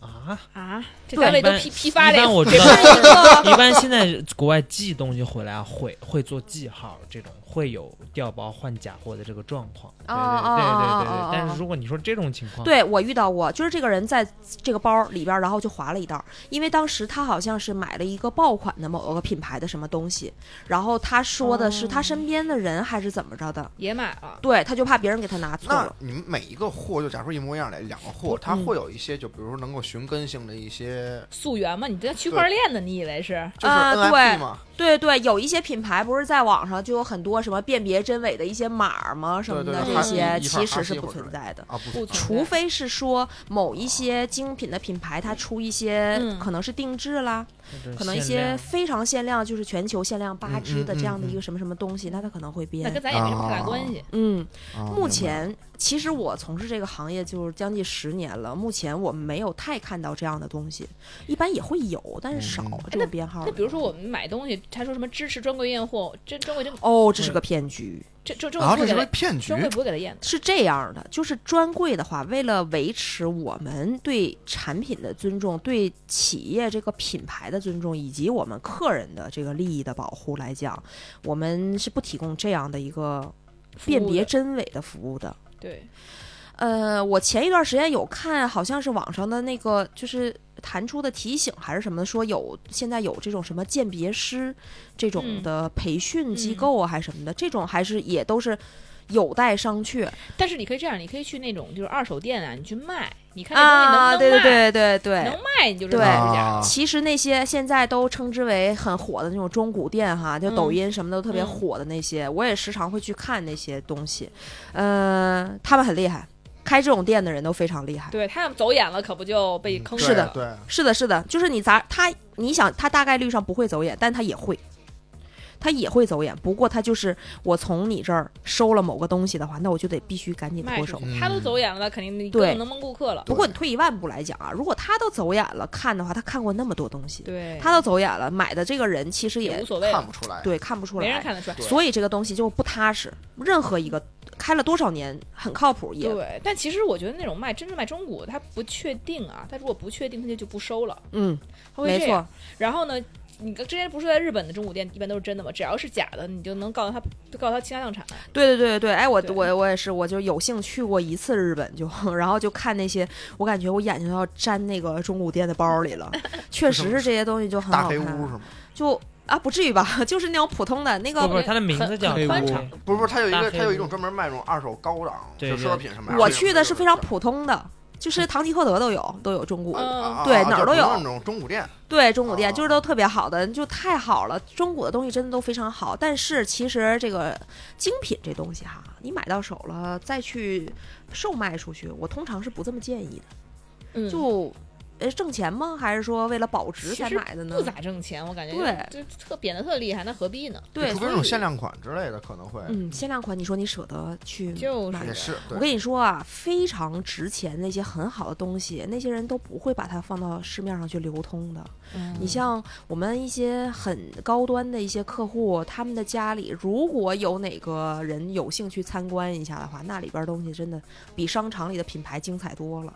啊，啊，这对单位都一般批批发一这般我这知道份儿这个 一般现在国外寄东西回来啊，会会做记号，这种会有调包换假货的这个状况。对哦对哦对对对哦哦对。但哦是如果你说这种情况，对我遇到过，就是这个人在这个包里边儿，然后就划了一道，因为当时他好像是买了一个爆款的某个品牌的什么东西，然后他说的是他身边的人还是怎么着的，也买了，对，他就怕别人给他拿错那了。你们每一个货，就假如一模一样的两个嗯货，它会有一些，就比如说能够寻根性的一些，溯源嘛，你这区块链呢？你以为是？就是啊 NFT 嘛，对对，有一些品牌不是在网上就有很多什么辨别真伪的一些码儿吗？什么对的对这哈希些，一其块儿哈实是希不或者存之在的。啊，不不存除非是说某一些精品的品牌，它出一些嗯可能是定制啦，这是可能一限些量非常限量，就是全球限量八嗯只的嗯这样的嗯一个什么什么东西，那它可能会那变跟。咱也没什么太大关系。嗯，啊目前其实我从事这个行业就是将近十年了，目前我没有太看到这样的东西，一般也会有，但是少嗯嗯这种编号哎那的。比如说我们买东西，他说什么支持专柜验货，这专柜真哦，这是个骗局。这这专啊，柜不这会给是个他，骗局专，柜不会给他验的。是这样的，就是专柜的话，为了维持我们对产品的尊重、对企业这个品牌的尊重，以及我们客人的这个利益的保护来讲，我们是不提供这样的一个辨别真伪的服务的。对，呃，我前一段时间有看，好像是网上的那个就是弹出的提醒还是什么的，说有现在有这种什么鉴别师这种嗯的培训机嗯构啊，还是什么的，这种还是也都是有待商榷。但是你可以这样，你可以去那种就是二手店啊，你去卖，你看这东西能不能啊，卖，对对对对对能。卖你就知道对是假的。啊其实那些现在都称之为很火的那种中古店哈，就抖音什么的都特别嗯火的那些，我也时常会去看那些东西。呃，他们很厉害，开这种店的人都非常厉害。对他要走眼了，可不就被坑是的了？嗯对，是的，是的，就是你咋他，你想他大概率上不会走眼，但他也会，他也会走眼。不过他就是我从你这儿收了某个东西的话，那我就得必须赶紧卖脱出手去。，嗯他都走眼了，肯定你对根本能蒙顾客了。不过你退一万步来讲啊，如果他都走眼了看的话，他看过那么多东西，对，他都走眼了，买的这个人其实也也无所谓了，看不出来，对看不出没人来，看得出来。对所以这个东西就不踏实。任何一个开了多少年很靠谱，也对，但其实我觉得那种卖真正卖中古，他不确定啊，他如果不确定，他就就不收了，嗯，他会没这错样。，然后呢，你之前不是在日本的中古店一般都是真的吗？只要是假的，你就能告诉他，就告诉他倾家荡产。对对对对对，哎，我对我我也是，我就有幸去过一次日本，就 然后就看那些，我感觉我眼睛要粘那个中古店的包 里了，确实是这些东西就很大好黑屋是看，吗？就啊不至于吧， 就是那种普通的那不个。不，它的名字叫很宽宽敞，不是不是，它有一大黑个，屋它有一种专门卖那种二手高档，对就对奢侈品什么呀。我去的是非常啊普通的，就是堂吉诃德都有都有中古，嗯啊啊对哪儿都有就不是那种中古店。对中古店就是哦都特别好的，就太好了。中古的东西真的都非常好，但是其实这个精品这东西哈，你买到手了再去售卖出去，我通常是不这么建议的。嗯就呃挣钱吗？还是说为了保值才买的呢不？咋挣钱，我感觉对就就特贬的特厉害，那何必呢？对，除非所那种以限量款之类的，可能会嗯，限量款，你说你舍得去就是买也的？是。我对，跟你说啊，非常值钱那些很好的东西，那些人都不会把它放到市面上去流通的。嗯你像我们一些很高端的一些客户，他们的家里如果有哪个人有兴趣参观一下的话，那里边儿东西真的比商场里的品牌精彩多了。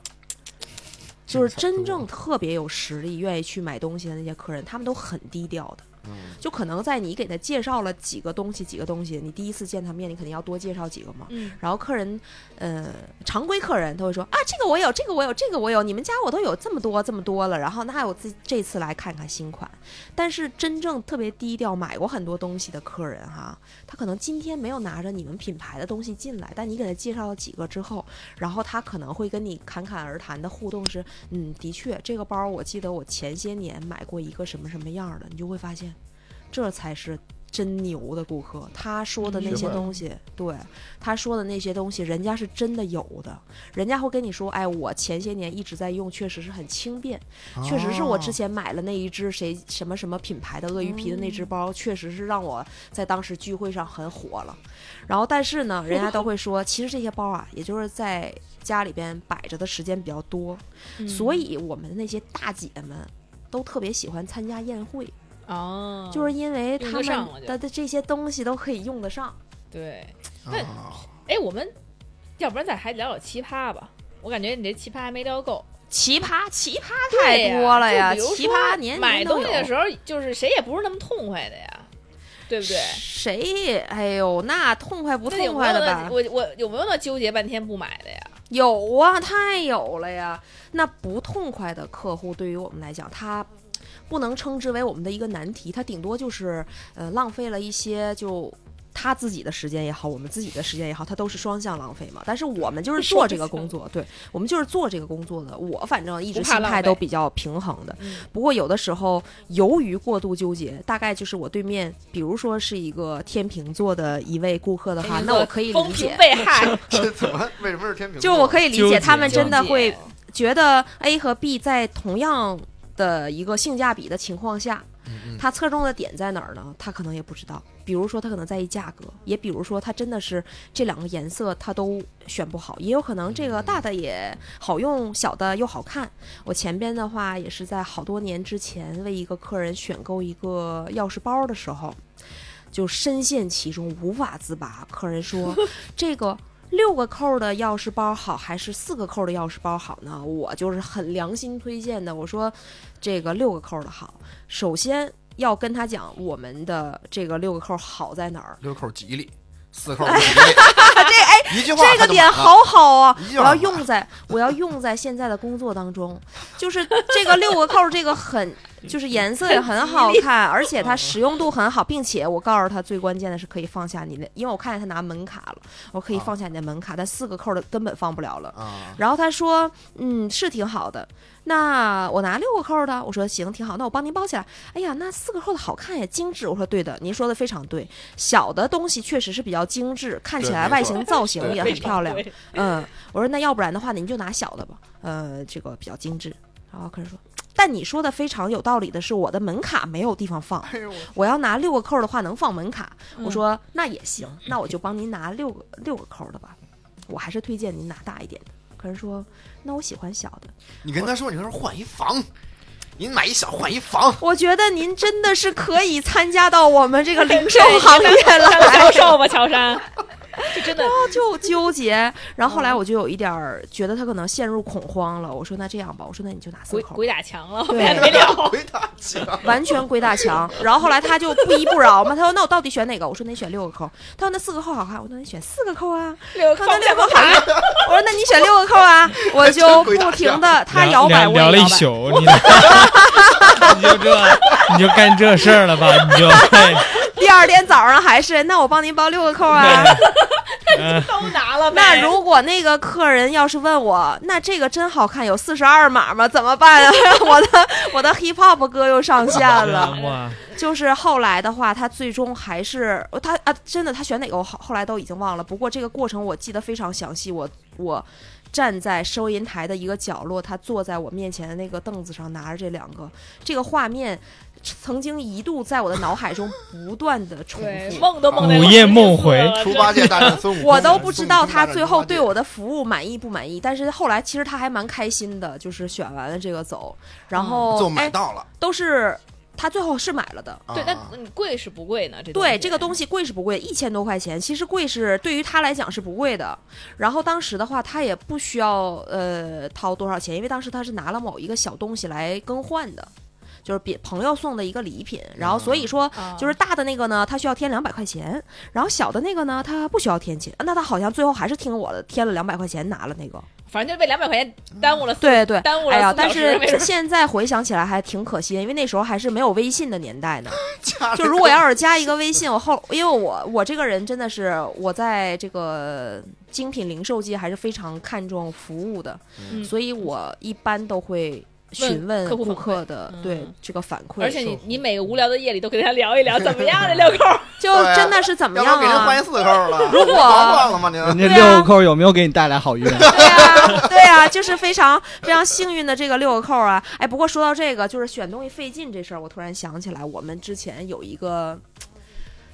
就是这个差真不多正特别有实力、愿意去买东西的那些客人，他们都很低调的。嗯，就可能在你给他介绍了几个东西、几个东西，你第一次见他面，你肯定要多介绍几个嘛。嗯，然后客人，呃，常规客人他会说啊，这个我有，这个我有，这个我有，你们家我都有这么多这么多了。然后那我自这次来看看新款。但是真正特别低调买过很多东西的客人哈，他可能今天没有拿着你们品牌的东西进来，但你给他介绍了几个之后，然后他可能会跟你侃侃而谈的互动是，嗯，的确，这个包我记得我前些年买过一个什么什么样儿的，你就会发现，这才是。真牛的顾客，他说的那学些会了东西，对，他说的那些东西，人家是真的有的，人家会跟你说，哎，我前些年一直在用，确实是很轻便，确实是我之前买了那一只谁什么什么品牌的鳄鱼皮的那只包，确实是让我在当时聚会上很火了。然后，但是呢，人家都会说，其实这些包啊，也就是在家里边摆着的时间比较多，嗯所以我们那些大姐们都特别喜欢参加宴会，哦，就是因为他用得上了们就的的这些东西都可以用得上。对，哦那哎，我们要不然再还聊聊奇葩吧？我感觉你这奇葩还没聊够，奇葩，奇葩对太多了呀！就比如奇说葩年买年都东有。西的时候，就是谁也不是那么痛快的呀，对不对？谁？哎呦，那痛快不那有没痛有快的那吧？我我有没有那纠结半天不买的呀？有啊，太有了呀！那不痛快的客户对于我们来讲，他不能称之为我们的一个难题，他顶多就是呃浪费了一些就。他自己的时间也好，我们自己的时间也好，他都是双向浪费嘛。但是我们就是做这个 工作，对我们就是做这个工作的。我反正一直不怕心浪态都费比较平衡的，嗯不过有的时候由于过度纠结，大概就是我对面，比如说是一个天秤座的一位顾哎客的话，那我可以风理评解， 被害，这 怎么为什么是天平座？就是我可以理纠结解他们真的纠结会觉得 A 和 B 在同样的一个性价比的情况下，嗯，嗯他侧重的点在哪儿呢？他可能也不知道。比如说，他可能在意价格，也比如说，他真的是这两个颜色他都选不好，也有可能这个大的嗯也好用，小的又好看。我前边的话也是在好多年之前为一个客人选购一个钥匙包的时候，就深陷其中无法自拔。客人 说这个。六个扣的钥匙包好还是四个扣的钥匙包好呢？我就是很良心推荐的。我说，这个六个扣的好。首先要跟他讲我们的这个六个扣好在哪儿，六口吉利，四 口不吉利，这哎一句话嗯这他个就点买了，好好啊！一句我话要就买了用在我要用在现在的工作当中，就是这个六个扣，这个很就是颜色也很好看，而且它实用度很好，并且我告诉他最关键的是可以放下你的，因为我看见他拿门卡了，我可以啊放下你的门卡，但四个扣的根本放不了了。 啊，然后他说，嗯，是挺好的。那我拿六个扣的，我说行，挺好。那我帮您包起来。哎呀，那四个扣的好看呀，精致。我说对的，您说的非常对。小的东西确实是比较精致，看起对来没外错形造型对也非很常漂亮对。嗯，我说那要不然的话，您就拿小的吧，呃，这个比较精致。然后客人说，但你说的非常有道理的是，我的门卡没有地方放，哎呦我我要拿六个扣儿的话能放门卡。嗯我说那也行，那我就帮您拿六个六个扣儿的吧，我还是推荐您拿大一点的。客人说，那我喜欢小的。你跟他说，你跟他说换一房，你买一小换一房，我觉得您真的是可以参加到我们这个零售行业销来。售吧，乔 杉，这真的就纠结，然后后来我就有一点儿觉得他可能陷入恐慌了。我说那这样吧，我说那你就拿四鬼 个扣儿吧。鬼打墙了，对哎没没聊。 回答起啊来。完全鬼打墙。然后后来他就不依不饶嘛，他说那我到底选哪个？我说那你选六个扣。他说那四个扣好看，我说那你选四个扣啊。 六他个说框那架六个不扣好看，我说那你选六个扣啊。我就不停的他摇摆，聊我聊也了一摇摆。宿，你 你就这你就干这事儿了吧？你 就哎第二天早上还是那我帮您包六个扣啊。嗯 都拿了呗。 那如果那个客人要是问我，那这个真好看，有四十二码吗？怎么办啊？ 我的我的 hip hop 歌又上线了。哇，就是后来的话，他最终还是呃他啊，真的他选哪个我后后来都已经忘了。不过这个过程我记得非常详细，我我站在收银台的一个角落，他坐在我面前的那个凳子上，拿着这两个，这个画面曾经一度在我的脑海中不断的重对复。梦都梦午夜梦回猪八戒大战孙悟空，我都不知道他最后对我我的服务满意不满意，但是后来其实他还蛮开心的，就是选完了这个走，然后就买哎到了，都是他最后是买了的。 对，啊但你贵是不贵呢？这对这个东西，西贵是不贵？一千多块钱，其实贵是对于他来讲是不贵的。然后当时的话，他也不需要呃掏多少钱，因为当时他是拿了某一个小东西来更换的，就是别朋友送的一个礼品。然后所以说啊就是大的那个呢，他需要添两百块钱，然后小的那个呢，他不需要添钱。那他好像最后还是听我的，添了两百块钱拿了那个。反正就被两百块钱耽误了四，对对，耽误了哎呀，四小但时是没准儿现在回想起来还挺可惜的，因为那时候还是没有微信的年代呢。 加就了如个果要是加一个微信，我后因为我我这个人真的是我在这个精品零售界还是非常看重服务的，嗯所以我一般都会询问问客户顾反馈客的嗯对这个反馈，而且你是你每个无聊的夜里都跟他聊一聊，怎么样的六扣？就真的是怎么啊要不然给样人换啊一？四扣了，如果早换了吗？您 人家对啊六扣有没有给你带来好运？ 对啊，对啊，就是非常非常幸运的这个六个扣啊！哎，不过说到这个，就是选东西费劲这事儿，我突然想起来，我们之前有一个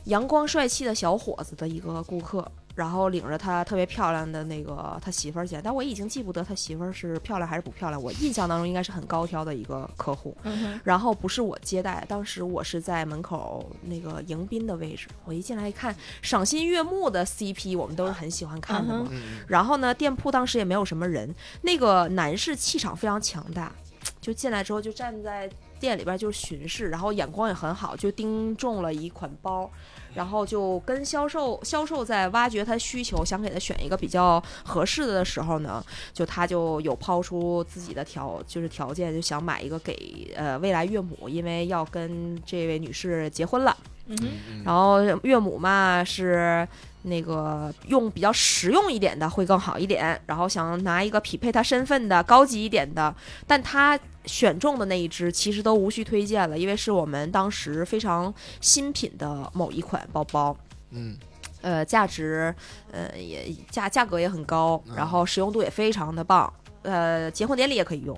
阳光帅气的小伙子的一个顾客，然后领着他特别漂亮的那个他媳妇儿去，但我已经记不得他媳妇儿是漂亮还是不漂亮，我印象当中应该是很高挑的一个客户。嗯然后不是我接待，当时我是在门口那个迎宾的位置，我一进来一看，赏心悦目的 CP，我们都是很喜欢看的嘛。嗯哼嗯然后呢，店铺当时也没有什么人，那个男士气场非常强大，就进来之后就站在店里边就是巡视，然后眼光也很好，就盯中了一款包，然后就跟销售销售在挖掘他需求，想给他选一个比较合适的的时候呢，就他就有抛出自己的条就是条件，就想买一个给呃未来岳母，因为要跟这位女士结婚了。嗯哼，嗯，然后岳母嘛是那个用比较实用一点的会更好一点，然后想拿一个匹配她身份的高级一点的，但她选中的那一只其实都无需推荐了，因为是我们当时非常新品的某一款包包。嗯呃，价值，呃，也价价格也很高，嗯然后使用度也非常的棒，呃，结婚典礼也可以用，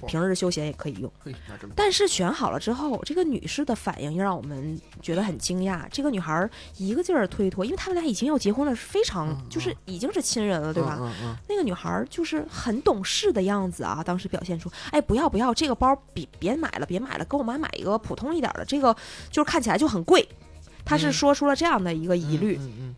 哇平日休闲也可以用。嘿，那真棒但是选好了之后，这个女士的反应又让我们觉得很惊讶。这个女孩儿一个劲儿推脱，因为他们俩已经要结婚了，是非常、嗯嗯就是已经是亲人了，对吧？嗯嗯那个女孩儿就是很懂事的样子啊，当时表现出，哎，不要不要，这个包比别买了，别买了，给我妈买一个普通一点儿的，这个就是看起来就很贵。她是嗯说出了这样的一个嗯，疑虑，嗯嗯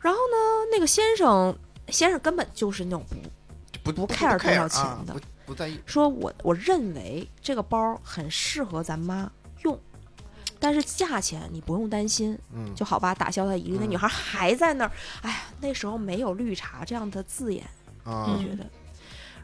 然后呢，那个先生先生根本就是那种不嗯不不 care 多少钱啊的不不在意，说我我认为这个包很适合咱妈用，但是价钱你不用担心，嗯，就好吧，打消她疑虑。那嗯女孩还在那儿，哎呀，那时候没有绿茶这样的字眼，啊我嗯觉得。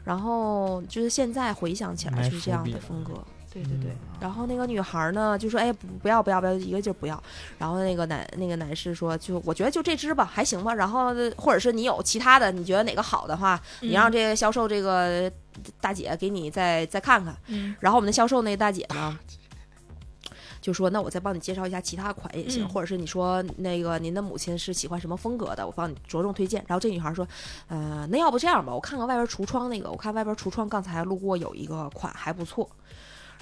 然后就是现在回想起来埋是这伏样笔的了风格，对对嗯对。然后那个女孩呢就说：“哎，不不要不要不要，一个劲儿不要。”然后那个男那个男士说：“就我觉得就这只吧，还行吧。”然后或者是你有其他的，你觉得哪个好的话，嗯你让这个销售这个大姐给你再再看看。嗯然后我们的销售那个大姐呢，就说：“那我再帮你介绍一下其他款也行，嗯或者是你说那个您的母亲是喜欢什么风格的，我帮你着重推荐。”然后这女孩说：“呃，那要不这样吧，我看看外边橱窗那个，我看外边橱窗刚才路过有一个款还不错，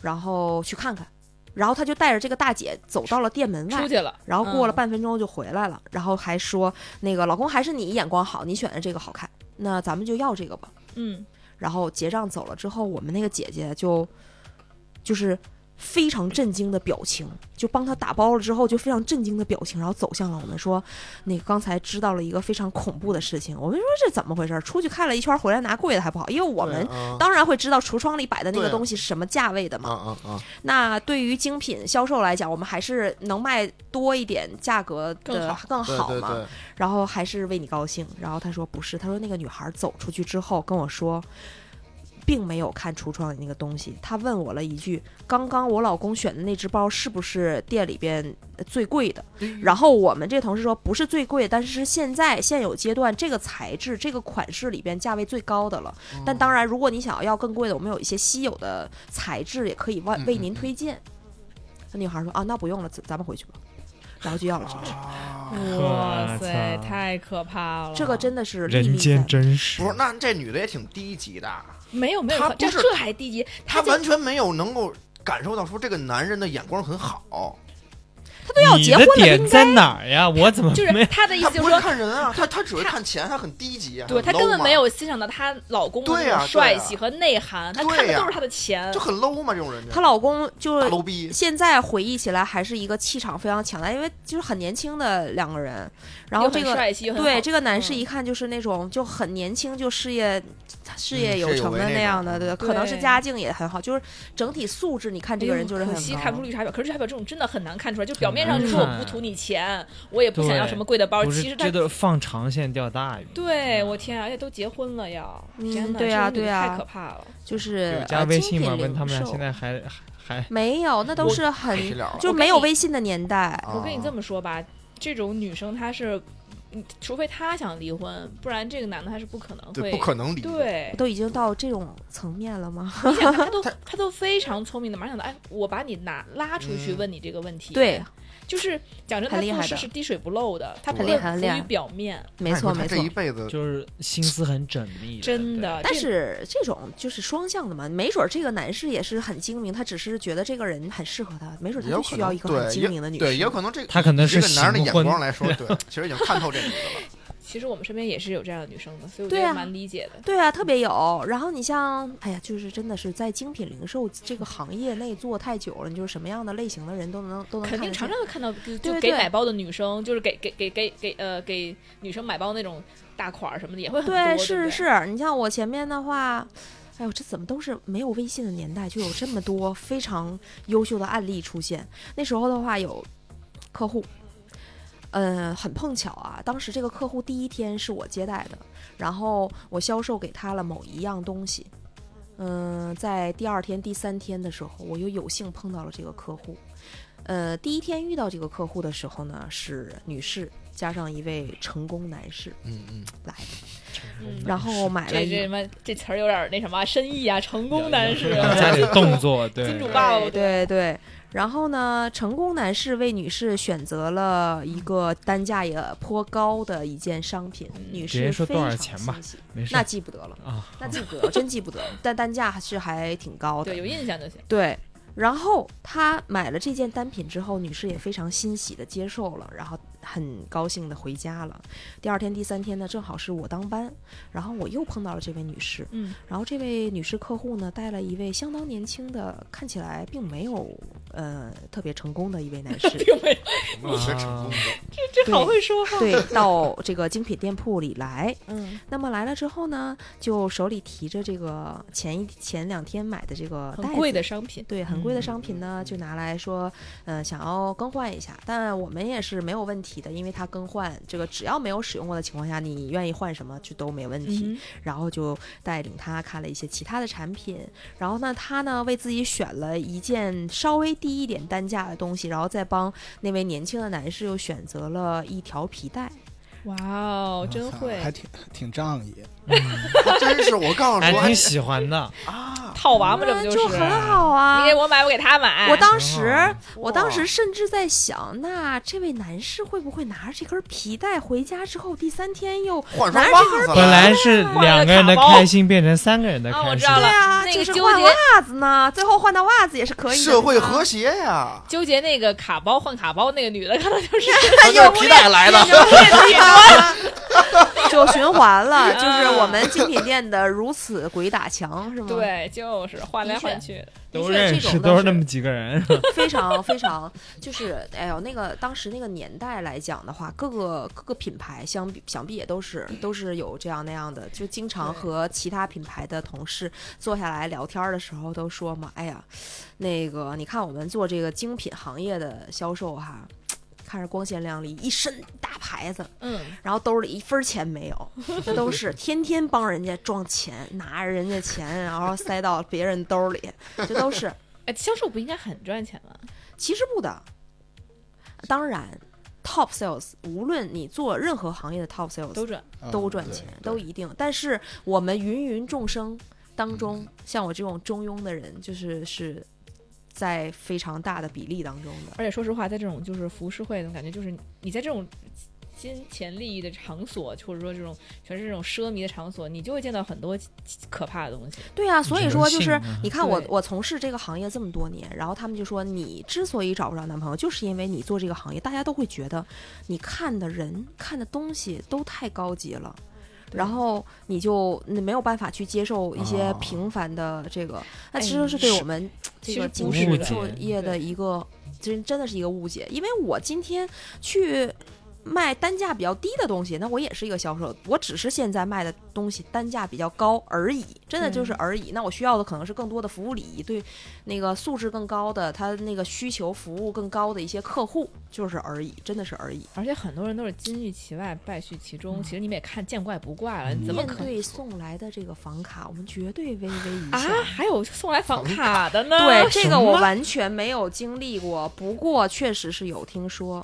然后去看看。”然后她就带着这个大姐走到了店门外出，去了，然后过了嗯半分钟就回来了，然后还说：“那个老公还是你眼光好，你选的这个好看，那咱们就要这个吧。”嗯，然后结账走了之后，我们那个姐姐就就是非常震惊的表情，就帮她打包了之后就非常震惊的表情，然后走向了我们说，那个刚才知道了一个非常恐怖的事情。我们说这怎么回事？出去看了一圈回来拿贵的还不好，因为我们。当当然会知道橱窗里摆的那个啊对啊东西是什么价位的嘛啊。啊啊，那对于精品销售来讲，我们还是能卖多一点价格更的好更对好对嘛。对，然后还是为你高兴。然后他说不是，他说那个女孩走出去之后跟我说，并没有看橱窗里那个东西。他问我了一句，刚刚我老公选的那只包是不是店里边最贵的？哎然后我们这同事说不是最贵，但是是现在现有阶段这个材质、这个款式里边价位最高的哦了。但当然，如果你想要更贵的，我们有一些稀有的材质也可以为嗯为嗯您嗯推荐。那女孩说啊，那不用了，咱咱们回去吧。然后就要了这只。啊哇哇塞，操太可怕了，这个真的是历历人间在真实不是，那这女的也挺低级的，没有没他有，不这是这还低级，她就完全没有能够感受到说这个男人的眼光很好，他对啊，要结婚你的了，点应该在哪儿呀？我怎么就是没？他的意他思就不是会说，看人啊，他他只会他看钱，他很低级啊，对很他根 low 本嘛没有欣赏到她老公的对那呀种对帅呀气和内涵，他对看的呀都是他的钱就。很 low 嘛，这种人就她老公就大 low 逼，现在回忆起来还是一个气场非常强大，因为就是很年轻的两个人，然后又这很个帅气又很对好这个男士嗯一看就是那种就很年轻就事业事业嗯有事业有成为的那那种样的，嗯对，可能是对家境也很好，就是整体素质，你看这个哎呦人就是很可惜看不高出绿茶婊，可是绿茶婊这种真的很难看出来，就很表面上难就说我看不图你钱，我也不想要对什么贵的呃包，不其是，实他这都是放长线钓大鱼。对我天啊，而且都结婚了要，嗯天哪，对啊这种女的对啊太可怕了。就是有加呃微精信品吗？零问他们俩售现在还还还没有，那都我是很谁了？就我没跟有你微信的年代，哦我跟你这么么说吧，这种女生她是，嗯除非她想离婚，不然这个男的他是不可能会对，不可能离，对，都已经到这种层面了吗？你想他都 他他都非常聪明的，马上想到，哎，我把你拿拉出去嗯问你这个问题，对，，就是讲真，他很厉害做的事是滴水不漏的，他不很会厉害很浮厉害于表面，没哎错你说他没错这。一辈子就是心思很缜密的，真对。的。但这是这种就是双向的嘛，没准儿这个男士也是很精明，他只是觉得这个人很适合他，没准儿也有他就可需要能一个对很精也明的女士。对，也有可能这他可能一是个男人的行眼婚光来 说，对，其实已经看透这个人了。其实我们身边也是有这样的女生的，所以我觉对啊得蛮理解的。对啊，特别有。然后你像，哎呀，就是真的是在精品零售这个行业内做太久了，你就是什么样的类型的人都能都能肯看定得常见常会看到，就对就对给对买包的女生，就是给给给给给呃给女生买包那种大款儿什么的也会很多，对对，不是对，是。你像我前面的话，哎呦，这怎么都是没有微信的年代，就有这么多非常优秀的案例出现。那时候的话，有客户，嗯，很碰巧啊，当时这个客户第一天是我接待的，然后我销售给他了某一样东西。嗯，在第二天、第三天的时候，我又有幸碰到了这个客户。呃，第一天遇到这个客户的时候呢，是女士加上一位成功男士，嗯嗯，嗯然后买了这一这什么这词儿有点那什么深意啊，成功男士啊，家里动 作，对，金主爸爸，对对。然后呢，成功男士为女士选择了一个单价也颇高的一件商品，女嗯直接士说非多少常钱欣吧喜没事那记不得了，啊，那好记不得了，真记不得了，但单价是还挺高的对，。有印象就行。对，然后他买了这件单品之后，女士也非常欣喜的接受了，然后很高兴的回家了。第二天、第三天呢，正好是我当班，然后我又碰到了这位女士，嗯，然后这位女士客户呢，带了一位相当年轻的，看起来并没有呃特别成功的一位男 士，并没有， 没有学成啊功的，这好会说话。对，到这个精品店铺里来。嗯，那么来了之后呢，就手里提着这个前一前两天买的这个很袋贵子的商品，对，很贵的商品呢，就拿来说，呃，想要更换一下，但我们也是没有问题的，因为它更换这个只要没有使用过的情况下，你愿意换什么就都没问题。嗯，然后就带领他看了一些其他的产品，然后呢，他呢为自己选了一件稍微低一点单价的东西，然后再帮那位年轻的男士又选择了一条皮带，哇哦，真操会还挺挺仗义。 还真是我告诉还挺你喜欢的，啊，套娃嘛，这不嗯是？很好啊你给。我买，我给他买。我当时哦哇，我当时甚至在想，那这位男士会不会拿着这根皮带回家之后，第三天又换拿双着袜这子根本了。来是两个人的开心变成三个人的啊，我开知心，道对了，啊，那就个是纠换结袜子呢，最后换到袜子也是可以的。社会啊和谐 呀，纠结那个卡包换卡包那个女的，看到就是他就是皮带来的， 就啊循环了，就是我们精品店的如此鬼打墙，是吗？，对，就是换来换去。都的确认这识，种都都是是那么几个人，非常非常，就是哎呦，那个当时那个年代来讲的话，各个各个品牌相比想必也都是都是有这样那样的，就经常对和其他品牌的同事坐下来聊天儿的时候都说嘛，哎呀，那个你看我们做这个精品行业的销售哈。看着光鲜亮丽，一身大牌子，嗯，然后兜里一分钱没有，那都是天天帮人家装钱，拿着人家钱，然后塞到别人兜里，这都是哎，销售不应该很赚钱吗？其实不的。当然，top sales 无论你做任何行业的 top sales 都赚。嗯都赚钱，都一定。但是我们芸芸众生当中，像我这种中庸的人，就是是在非常大的比例当中的。而且说实话，在这种就是服务社会，我感觉就是你在这种金钱利益的场所，或者说这种全是这种奢靡的场所，你就会见到很多可怕的东西。对呀、所以说就人性是啊你看我对我从事这个行业这么多年，然后他们就说你之所以找不着男朋友，就是因为你做这个行业，大家都会觉得你看的人看的东西都太高级了。对然后你就你没有办法去接受一些哦平凡的这个，那哎其实是对是我们这其个实经不济是的作业的对一个真真的是一个误解。因为我今天去卖单价比较低的东西，那我也是一个销售，我只是现在卖的东西单价比较高而已，真的就是而已。那我需要的可能是更多的服务礼仪，对那个素质更高的，他那个需求服务更高的一些客户，就是而已，真的是而已。而且很多人都是金玉其外，败絮其中。其实你们也看见怪不怪了，你怎么嗯面可对送来的这个房卡，我们绝对微微一笑。啊？还有送来房卡的呢？对，这什个我么完全没有经历过，不过确实是有听说，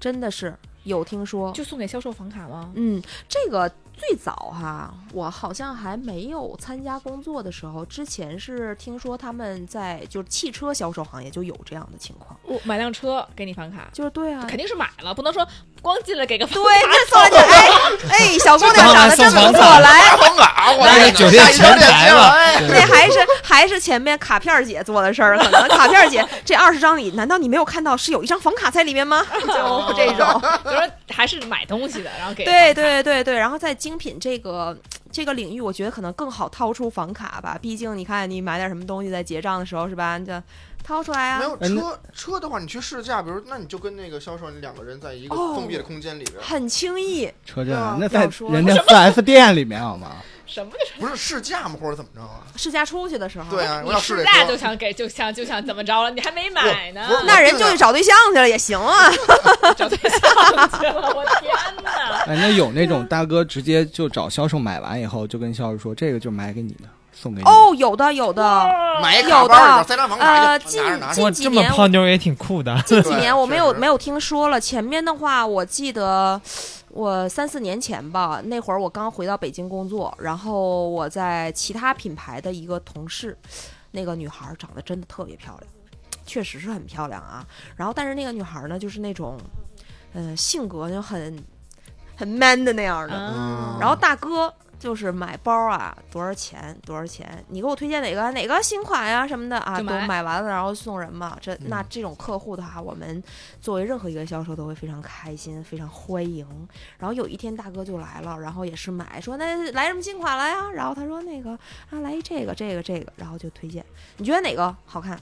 真的是有听说。就送给销售房卡吗？嗯，这个最早哈，我好像还没有参加工作的时候，之前是听说他们在就是汽车销售行业就有这样的情况，我买辆车给你房卡，就是对啊，肯定是买了，不能说光进来给个房对，卡。这算就哎哎，小姑娘长得真不错， 来， 疯了啊！我那这是酒店前台哎了，这还是还是前面卡片儿姐做的事儿，可能卡片儿姐这二十张里，难道你没有看到是有一张房卡在里面吗？就这种。 就是说还是买东西的，然后给对房卡对对对，然后在精品这个这个领域，我觉得可能更好掏出房卡吧，毕竟你看你买点什么东西在结账的时候是吧，你就掏出来啊没。有哎嗯那车车的话，你去试驾，比如那你就跟那个销售你两个人在一个哦封闭的空间里边，很轻易，车对啊站那在嗯要说人 家 4S 店里面好吗？什么不是试驾吗？或者怎么着啊？试驾出去的时候，对啊，我你想试试这驾车就。想给就想就想怎么着了？你还没买呢，不是那人就去找对象去了也行啊。找对象去了，我天 哪！哎，那有那嗯种大哥直接就找销售买完以后，就跟销售说这个就买给你的，送给你。哦，有的有的，买一卡有包里边的，塞张房卡呃，去，近拿着拿着。近哇，几这么年泡妞也挺酷的。近几对年我没确有实没有听说了。前面的话，我记得我三四年前吧，那会儿我刚回到北京工作，然后我在其他品牌的一个同事，那个女孩儿长得真的特别漂亮，确实是很漂亮啊。然后但是那个女孩儿呢，就是那种，嗯、性格就很很 man 的那嗯样的。啊，然后大哥就是买包啊，多少钱多少钱，你给我推荐哪个哪个新款呀、什么的啊，就都买买完了然后送人嘛。这嗯那这种客户的话，我们作为任何一个销售都会非常开心，非常欢迎。然后有一天大哥就来了，然后也是买，说那来什么新款了呀？然后他说那个啊，来一这个这个这个，然后就推荐，你觉得哪个好看？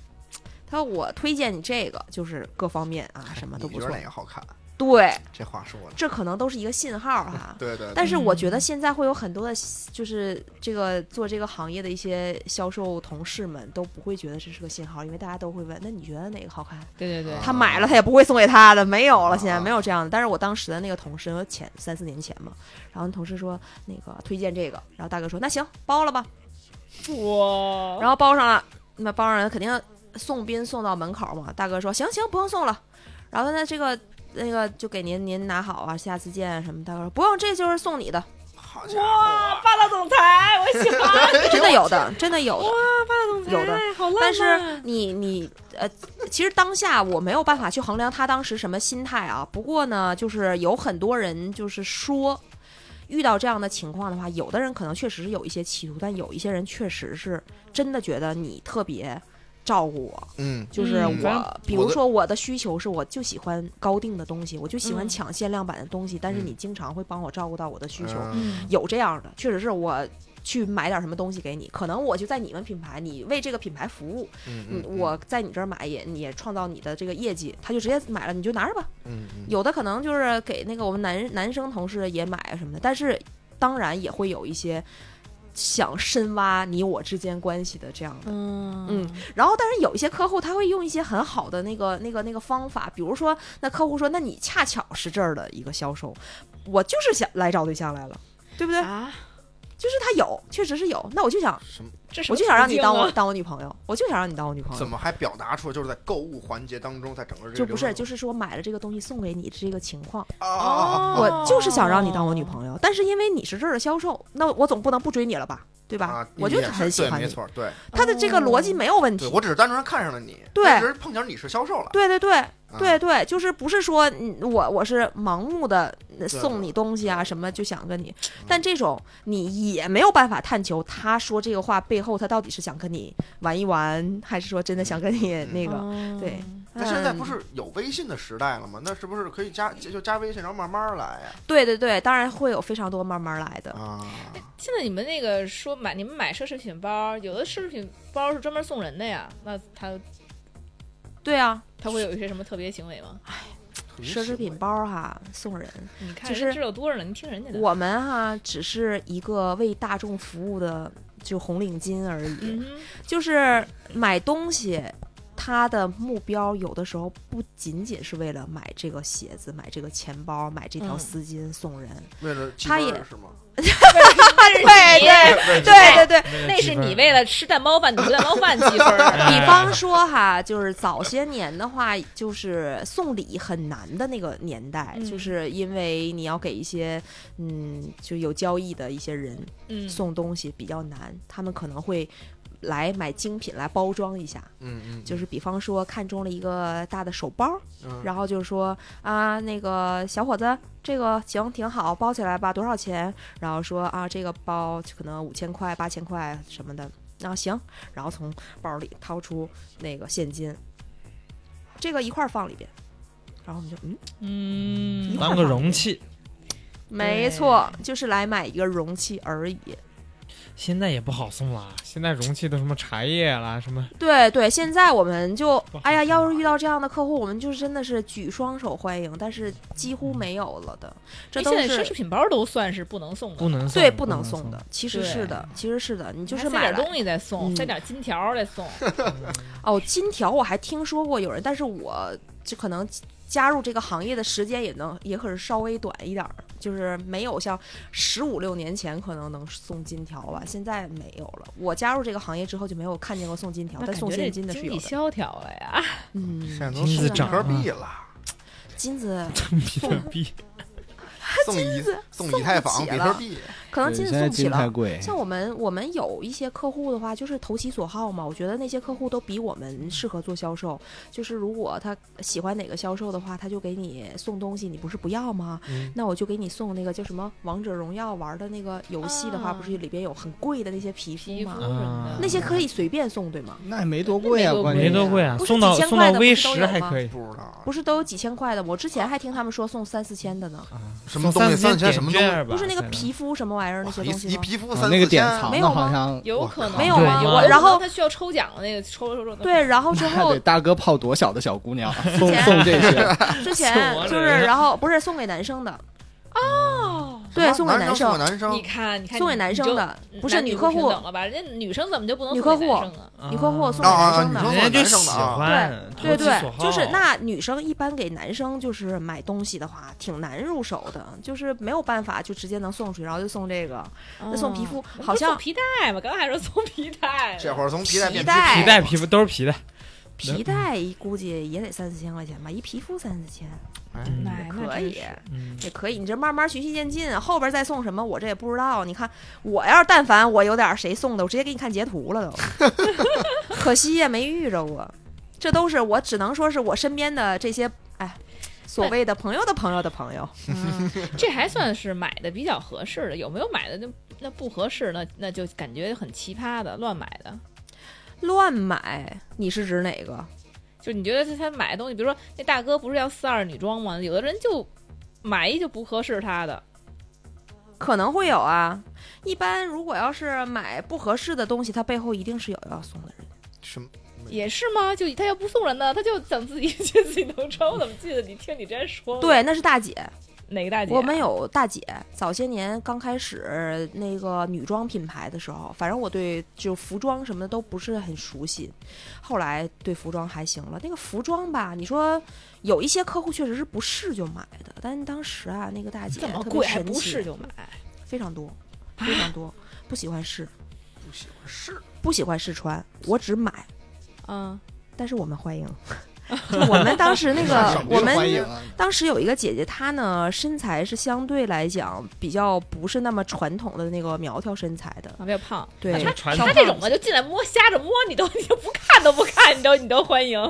他说我推荐你这个，就是各方面啊什么都你不觉错得。哪个好看？对，这话说的，这可能都是一个信号哈、对对对，但是我觉得嗯现在会有很多的，就是这个做这个行业的一些销售同事们都不会觉得这是个信号，因为大家都会问，那你觉得哪个好看？啊对对对，他买了，他也不会送给他的，没有了，现在啊没有这样的。但是我当时的那个同事，因为前三四年前嘛，然后同事说那个推荐这个，然后大哥说那行包了吧，哇，然后包上了，那包上了肯定送宾送到门口嘛。大哥说行行，不用送了。然后那这个那个就给您您拿好啊，下次见什么。大哥说不用，这就是送你的，好家伙，霸道总裁，我喜欢 真的有的，真的有的。霸道总裁，有的好浪漫。啊但是你你呃，其实当下我没有办法去衡量他当时什么心态啊。不过呢，就是有很多人就是说，遇到这样的情况的话，有的人可能确实是有一些企图，但有一些人确实是真的觉得你特别照顾我，嗯，就是嗯我，反比我如的说我的需求是，我就喜欢高定的东西，我就喜欢嗯抢限量版的东西，但是嗯你经常会帮我照顾到我的需求。嗯有这样的，确实是我去买点什么东西给你，可能我就在你们品牌，你为这个品牌服务，嗯嗯，我在你这儿买也你也创造你的这个业绩，他就直接买了，你就拿着吧。嗯嗯有的可能就是给那个我们男男生同事也买啊什么的，但是当然也会有一些想深挖你我之间关系的这样的。嗯嗯，然后，但是有一些客户他会用一些很好的那个、那个、那个方法，比如说，那客户说：“那你恰巧是这儿的一个销售，我就是想来找对象来了，对不对？啊，就是他有，确实是有。那我就想，什么？这什我么就想让你途径当我啊当我女朋友，我就想让你当我女朋友怎。么还表达出就是在购物环节当中，在整个这个就不是，流程就是说买了这个东西送给你这个情况，啊啊啊啊我就是想让你当我女朋友，但是因为你是这儿的销售，那我总不能不追你了吧，对吧？啊！我你就也很喜对欢没你，错，对哦他的这个逻辑没有问题对，。我只是单纯看上了你，对但只是碰巧你是销售了，对对对，啊对对，就是不是说嗯我我是盲目的送对嗯你东西啊什么就想跟你，但这种你也没有办法探求他说这个话背后他到底是想跟你玩一玩，还是说真的想跟嗯你嗯那个。哦对那现在不嗯是有微信的时代了吗？那是不是可以加就加微信，然后慢慢来啊呀？对对对，当然会有非常多慢慢来的。啊，现在你们那个说买你们买奢侈品包，有的奢侈品包是专门送人的呀，那他对啊，他会有一些什么特别行为吗？奢侈品包哈送人，你看就人是知道多着呢，你听人家的。我们哈只是一个为大众服务的就红领巾而已。嗯哼，就是买东西，他的目标有的时候不仅仅是为了买这个鞋子、买这个钱包、买这条嗯丝巾送人。为了积他分也儿是吗？那是你对 对对对对，为了那积是分你为了吃蛋包饭煮蛋包饭积分 哎儿。啊比方说哈，就是早些年的话，就是送礼很难的那个年代，嗯就是因为你要给一些嗯就有交易的一些人嗯，送东西比较难，他们可能会来买精品来包装一下，嗯嗯，就是比方说看中了一个大的手包。嗯然后就说啊，那个小伙子，这个行挺好，包起来吧，多少钱？然后说啊，这个包可能五千块、八千块什么的。然后行，然后从包里掏出那个现金，这个一块儿放里边。然后我们就嗯，嗯，当个容器，没错，就是来买一个容器而已。现在也不好送了，现在容器都什么茶叶啦，什么对对，现在我们就不好哎呀，说要是遇到这样的客户，我们就真的是举双手欢迎，但是几乎没有了的。这因都为是哎现在奢侈品包都算是不能送的不，能送，对，不不能能送的。，其实对是的，其实是的，你就还是塞买点了东西再送，嗯塞点金条儿再送。哦，金条我还听说过有人，但是我就可能加入这个行业的时间也能也可是稍微短一点儿，就是没有像十五六年前可能能送金条吧，现在没有了。我加入这个行业之后就没有看见过送金条，那但感送觉现这金的是经有济的。萧条了呀。嗯，现在都送金子几涨盒啊币了，金子比特 币， 送以子送送以太不坊、起比特了币，可能对金子现送在不起金太了。贵，像我们我们有一些客户的话，就是投其所好嘛。我觉得那些客户都比我们适合做销售。就是如果他喜欢哪个销售的话，他就给你送东西，你不是不要吗？嗯那我就给你送那个叫什么《王者荣耀》玩的那个游戏的话，啊不是里边有很贵的那些皮肤皮肤吗？什么的啊，那些可以随便送，对吗？那也没多贵啊，没多关贵键没是多贵啊，不是送到几千送到块的不 V 是都十有还吗可以不知道啊不是都有几千块的？我之前还听他们说送三四千的呢，啊，什么送东西三三千什么东西卷儿吧不是那个现在皮肤什么玩意儿那些哇东一西一吗？皮肤啊三那个四典千藏没的有吗好像有可能没有对吗有我可然后能他需要抽奖的那个抽抽抽。对，然后之还后得大哥泡多小的小姑娘啊送前送这 些，之送前我就这是个然后不是送给男生的，哦，对，送给男生送给，啊男你生，看，你看，送给男生，的，不是女女客平户，等了吧？人家女生怎么就不能女送给客户男生啊？女客户送给啊啊男啊女生送生的。人家就男生喜的啊欢，对嗯投其所对，好就是那女生一般给男生就是买东西的话，挺难入手的，就是没有办法就直接能送出去，然后就送这个，那送皮肤嗯不好像是送皮带嘛，刚才还说送皮带，这会儿从皮带变皮带皮带皮肤都是皮带，嗯皮带估计也得三四千块钱吧，一皮肤三四千嗯哎那可真以是。嗯，也可以，你这慢慢循序渐进，啊后边再送什么我这也不知道。你看，我要是但凡我有点谁送的，我直接给你看截图了都， 可惜也没遇着过。这都是我只能说是我身边的这些哎，所谓的朋友的朋友的朋友。嗯这还算是买的比较合适的，有没有买的那那不合适，那那就感觉很奇葩的，乱买的。乱买，你是指哪个？就你觉得他买的东西，比如说那大哥不是要四二女装吗？有的人就买一就不合适他的，可能会有啊。一般如果要是买不合适的东西，它背后一定是有要送的人。什么？也是吗？就他要不送人呢，他就等自己 觉得自己能穿。我怎么记得你听你之前说过对，那是大姐。哪个大姐？我们有大姐，早些年刚开始那个女装品牌的时候，反正我对就服装什么的都不是很熟悉，后来对服装还行了。那个服装吧，你说有一些客户确实是不试就买的，但是当时啊，那个大姐怎么特别贵还神不试奇，就买？啊非常多，非常多，不喜欢试，不喜欢是不喜欢试穿，我只买，嗯，但是我 们欢迎。就我们当时那个省，略我们欢迎啊当时有一个姐姐，她呢身材是相对来讲比较不是那么传统的那个苗条身材的，啊，比较胖。对，就传他统这种的就进来摸，瞎着摸，你都你就不看都不看，你都你都欢迎。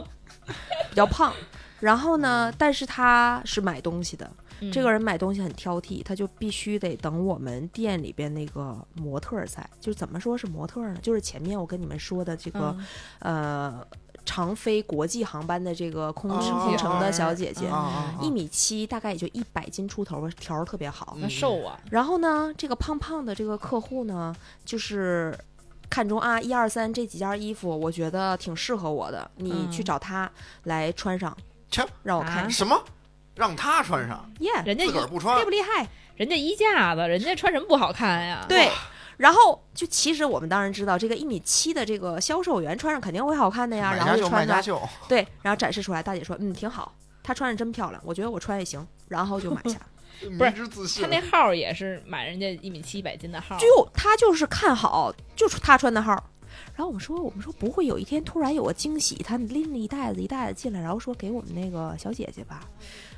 比较胖。然后呢，但是他是买东西的，嗯这个人买东西很挑剔，他就必须得等我们店里边那个模特儿在。就怎么说是模特儿呢？就是前面我跟你们说的这个、嗯呃，长飞国际航班的这个空哦空乘的小姐姐，啊哦一米七，大概也就一百斤出头吧，条儿特别好。嗯那瘦啊，然后呢，这个胖胖的这个客户呢，就是看中啊一二三这几件衣服，我觉得挺适合我的，你嗯去找他来穿上，切让我看啊嗯一下。什么？让他穿上，耶、人家自个儿一不厉穿不，厉害？啊人家衣架子，人家穿什么不好看呀？对。 然后就其实我们当然知道，这个一米七的这个销售员穿上肯定会好看的呀，买然后家就秀卖穿家着，秀，对，然后展示出来，大姐说，嗯，挺好，她穿着真漂亮，我觉得我穿也行，然后就买下。不是 迷之自信他。那号儿也是买人家一米七一百斤的号儿，就她就是看好，就是她穿的号儿。然后我们说，我们说不会有一天突然有个惊喜，她拎着一袋子一袋子进来，然后说给我们那个小姐姐吧。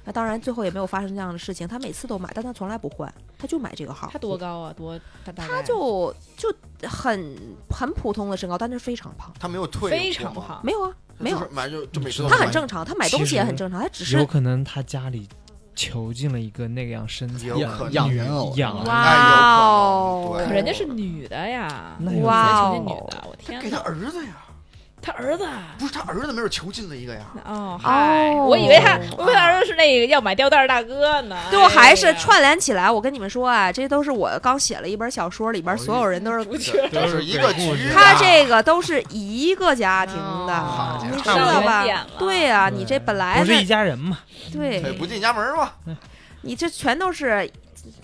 那当然，最后也没有发生这样的事情。她每次都买，但她从来不换，她就买这个号儿。他多高啊？多他大概她就就很很普通的身高，但是非常胖。他没有退，非常，胖，没有啊，没有就是，买就就每次都她他很买正常，她买东西也很正常，她只有是可能他家里囚禁了一个那样身啊材有的可能啊养啊女人偶养人哇哎有可能哦可对人家是女的呀，那有哇那哦球女的，我天给他哪，儿子呀，他儿子啊。不是他儿子没准囚禁了一个呀，哦，嗨，我以为他，我以为他儿子是那个要买吊带儿大哥呢。最后还是哎呀串联起来。我跟你们说啊，这都是我刚写了一本小说，里边所有人都是哎不缺这是一个局啊。他这个都是一个家庭的哦，你知上道吧原点了？对呀、啊你这本来不是呢一家人嘛？对对哎不进家门嘛，你这全都是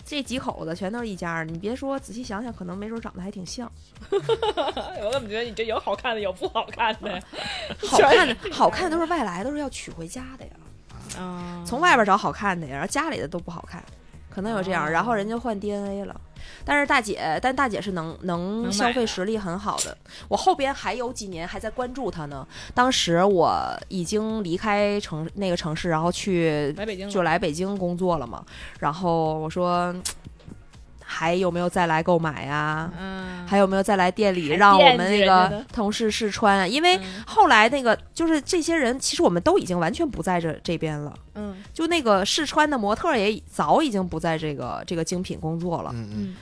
这几口子，全都是一家儿。你别说，仔细想想，可能没准长得还 挺像，哎我怎么觉得你这有好看的，有不好看的呀？好看的好看的都是外来，都是要娶回家的呀，啊哦从外边找好看的呀，然后家里的都不好看。可能有这样，哦然后人家换 DNA 了，但是大姐，但大姐是能能能消买费实力很好的。我后边还有几年还在关注她呢。当时我已经离开城那个城市，然后去来北京就来北京工作了嘛。然后我说，还有没有再来购买呀、嗯，还有没有再来店里还让我们惦记那人家个呢同事试穿啊？因为嗯后来那个就是这些人，其实我们都已经完全不在这这边了。嗯就那个试穿的模特也已早已经不在这个这个精品工作了。嗯嗯，嗯，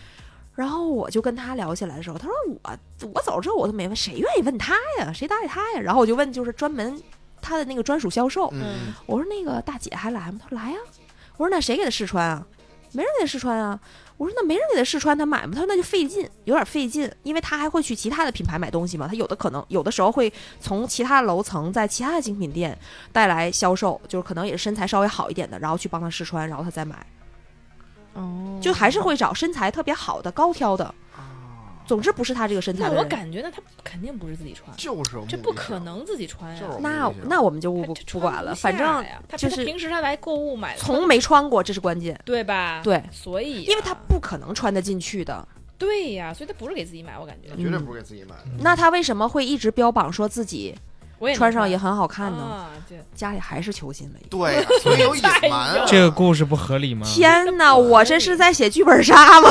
然后我就跟他聊起来的时候，他说我我走之后我都没问谁愿意问他呀，谁搭理他呀？然后我就问就是专门他的那个专属销售，嗯我说那个大姐还来吗？她说来呀、我说那谁给她试穿啊？没人给她试穿啊。我说那没人给她试穿，她买吗？她说那就费劲，有点费劲，因为她还会去其他的品牌买东西嘛。她有的可能有的时候会从其他楼层在其他的精品店带来销售，就是可能也是身材稍微好一点的，然后去帮她试穿，然后她再买，哦就还是会找身材特别好的高挑的。总之不是她这个身材那的我人。感觉那他肯定不是自己穿，就是这不可，能自己穿就是呀。那那我们就不他不管了，反穿正不下呀他就是他平时他来购物买的，从没穿过，这是关键，对吧？对所以啊因为她不可能穿得进去的。对呀，所以他不是给自己买，我感觉嗯绝对不是给自己买的。那他为什么会一直标榜说自己我也能穿上也很好看呢？啊， 这家里还是囚禁了一个。对呀，所以有 隐瞒啊。这个故事不合理吗？呃天那不哪，合理啊我这是在写剧本 杀吗？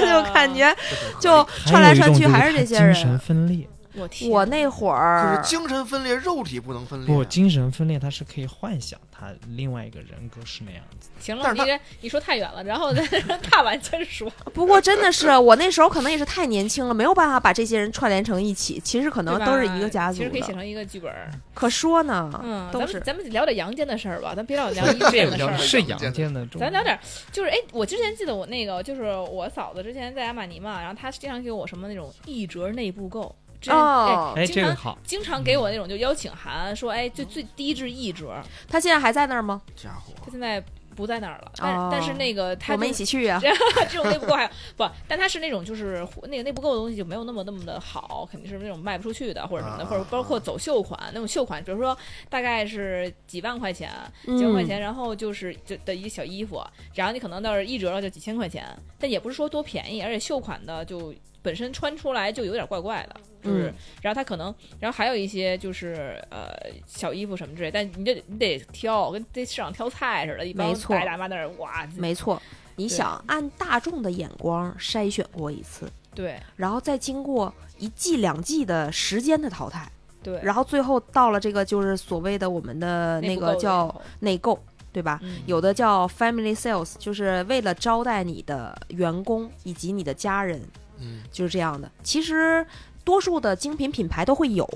就感觉就还串哎有来一串种去就是还是他这些精神人。分裂我天，我那会可儿是精神分裂，肉体不能分裂。不，精神分裂他是可以幻想他另外一个人格是那样子。行了，但是你这你说太远了，然后再 大碗接着说。不过真的是我那时候可能也是太年轻了，没有办法把这些人串联成一起。其实可能对吧都是一个家族其实可以写的。成一个剧本儿。可说呢，嗯，咱都们是咱们聊点阳间的事儿吧，咱别老 聊阴间的 事这个儿聊。是阳间的这种，咱聊点儿，就是哎，我之前记得我那个，就是我嫂子之前在阿玛尼嘛，然后她经常给我什么那种一折内部购，之前、哦哎哎，这经个常好，经常给我那种就邀请函，说哎，就最低至一折。他现在还在那儿吗？家伙，她现在不在那儿了，但、但是那个她哦我们就一起去呀、这种内部购还有不，但它是那种就是那个内部购的东西就没有那么那么的好，肯定是那种卖不出去的或者什么的，啊或者包括走秀款那种秀款，比如说大概是几万块钱，嗯几万块钱，然后就是就的一个小衣服，然后你可能到是一折了就几千块钱，但也不是说多便宜，而且秀款的就。本身穿出来就有点怪怪的，就是，嗯然后它可能，然后还有一些就是呃小衣服什么之类，但你得你得挑，跟在市场挑菜似的，一帮没错大爷大妈在那儿哇，嗯没错。你对想按大众的眼光筛选过一次，对，然后再经过一季两季的时间的淘汰，对，然后最后到了这个就是所谓的我们的那内部个购叫啊入内购，对吧？嗯有的叫 family sales，就是为了招待你的员工以及你的家人，嗯，就是这样的。其实多数的精品品牌都会有，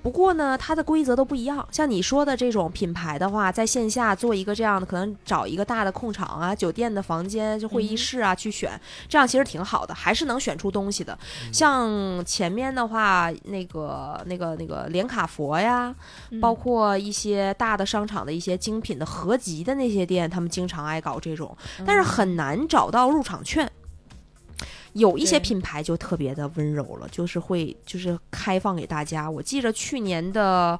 不过呢，它的规则都不一样。像你说的这种品牌的话，在线下做一个这样的，可能找一个大的控场啊、酒店的房间、就会议嗯室啊、去选，这样其实挺好的，还是能选出东西的。嗯像前面的话，那个、那个、那个连卡佛呀，嗯包括一些大的商场的一些精品的合集的那些店，他们经常爱搞这种，嗯但是很难找到入场券。有一些对品牌就特别的温柔了，就是会就是开放给大家。我记着去年的，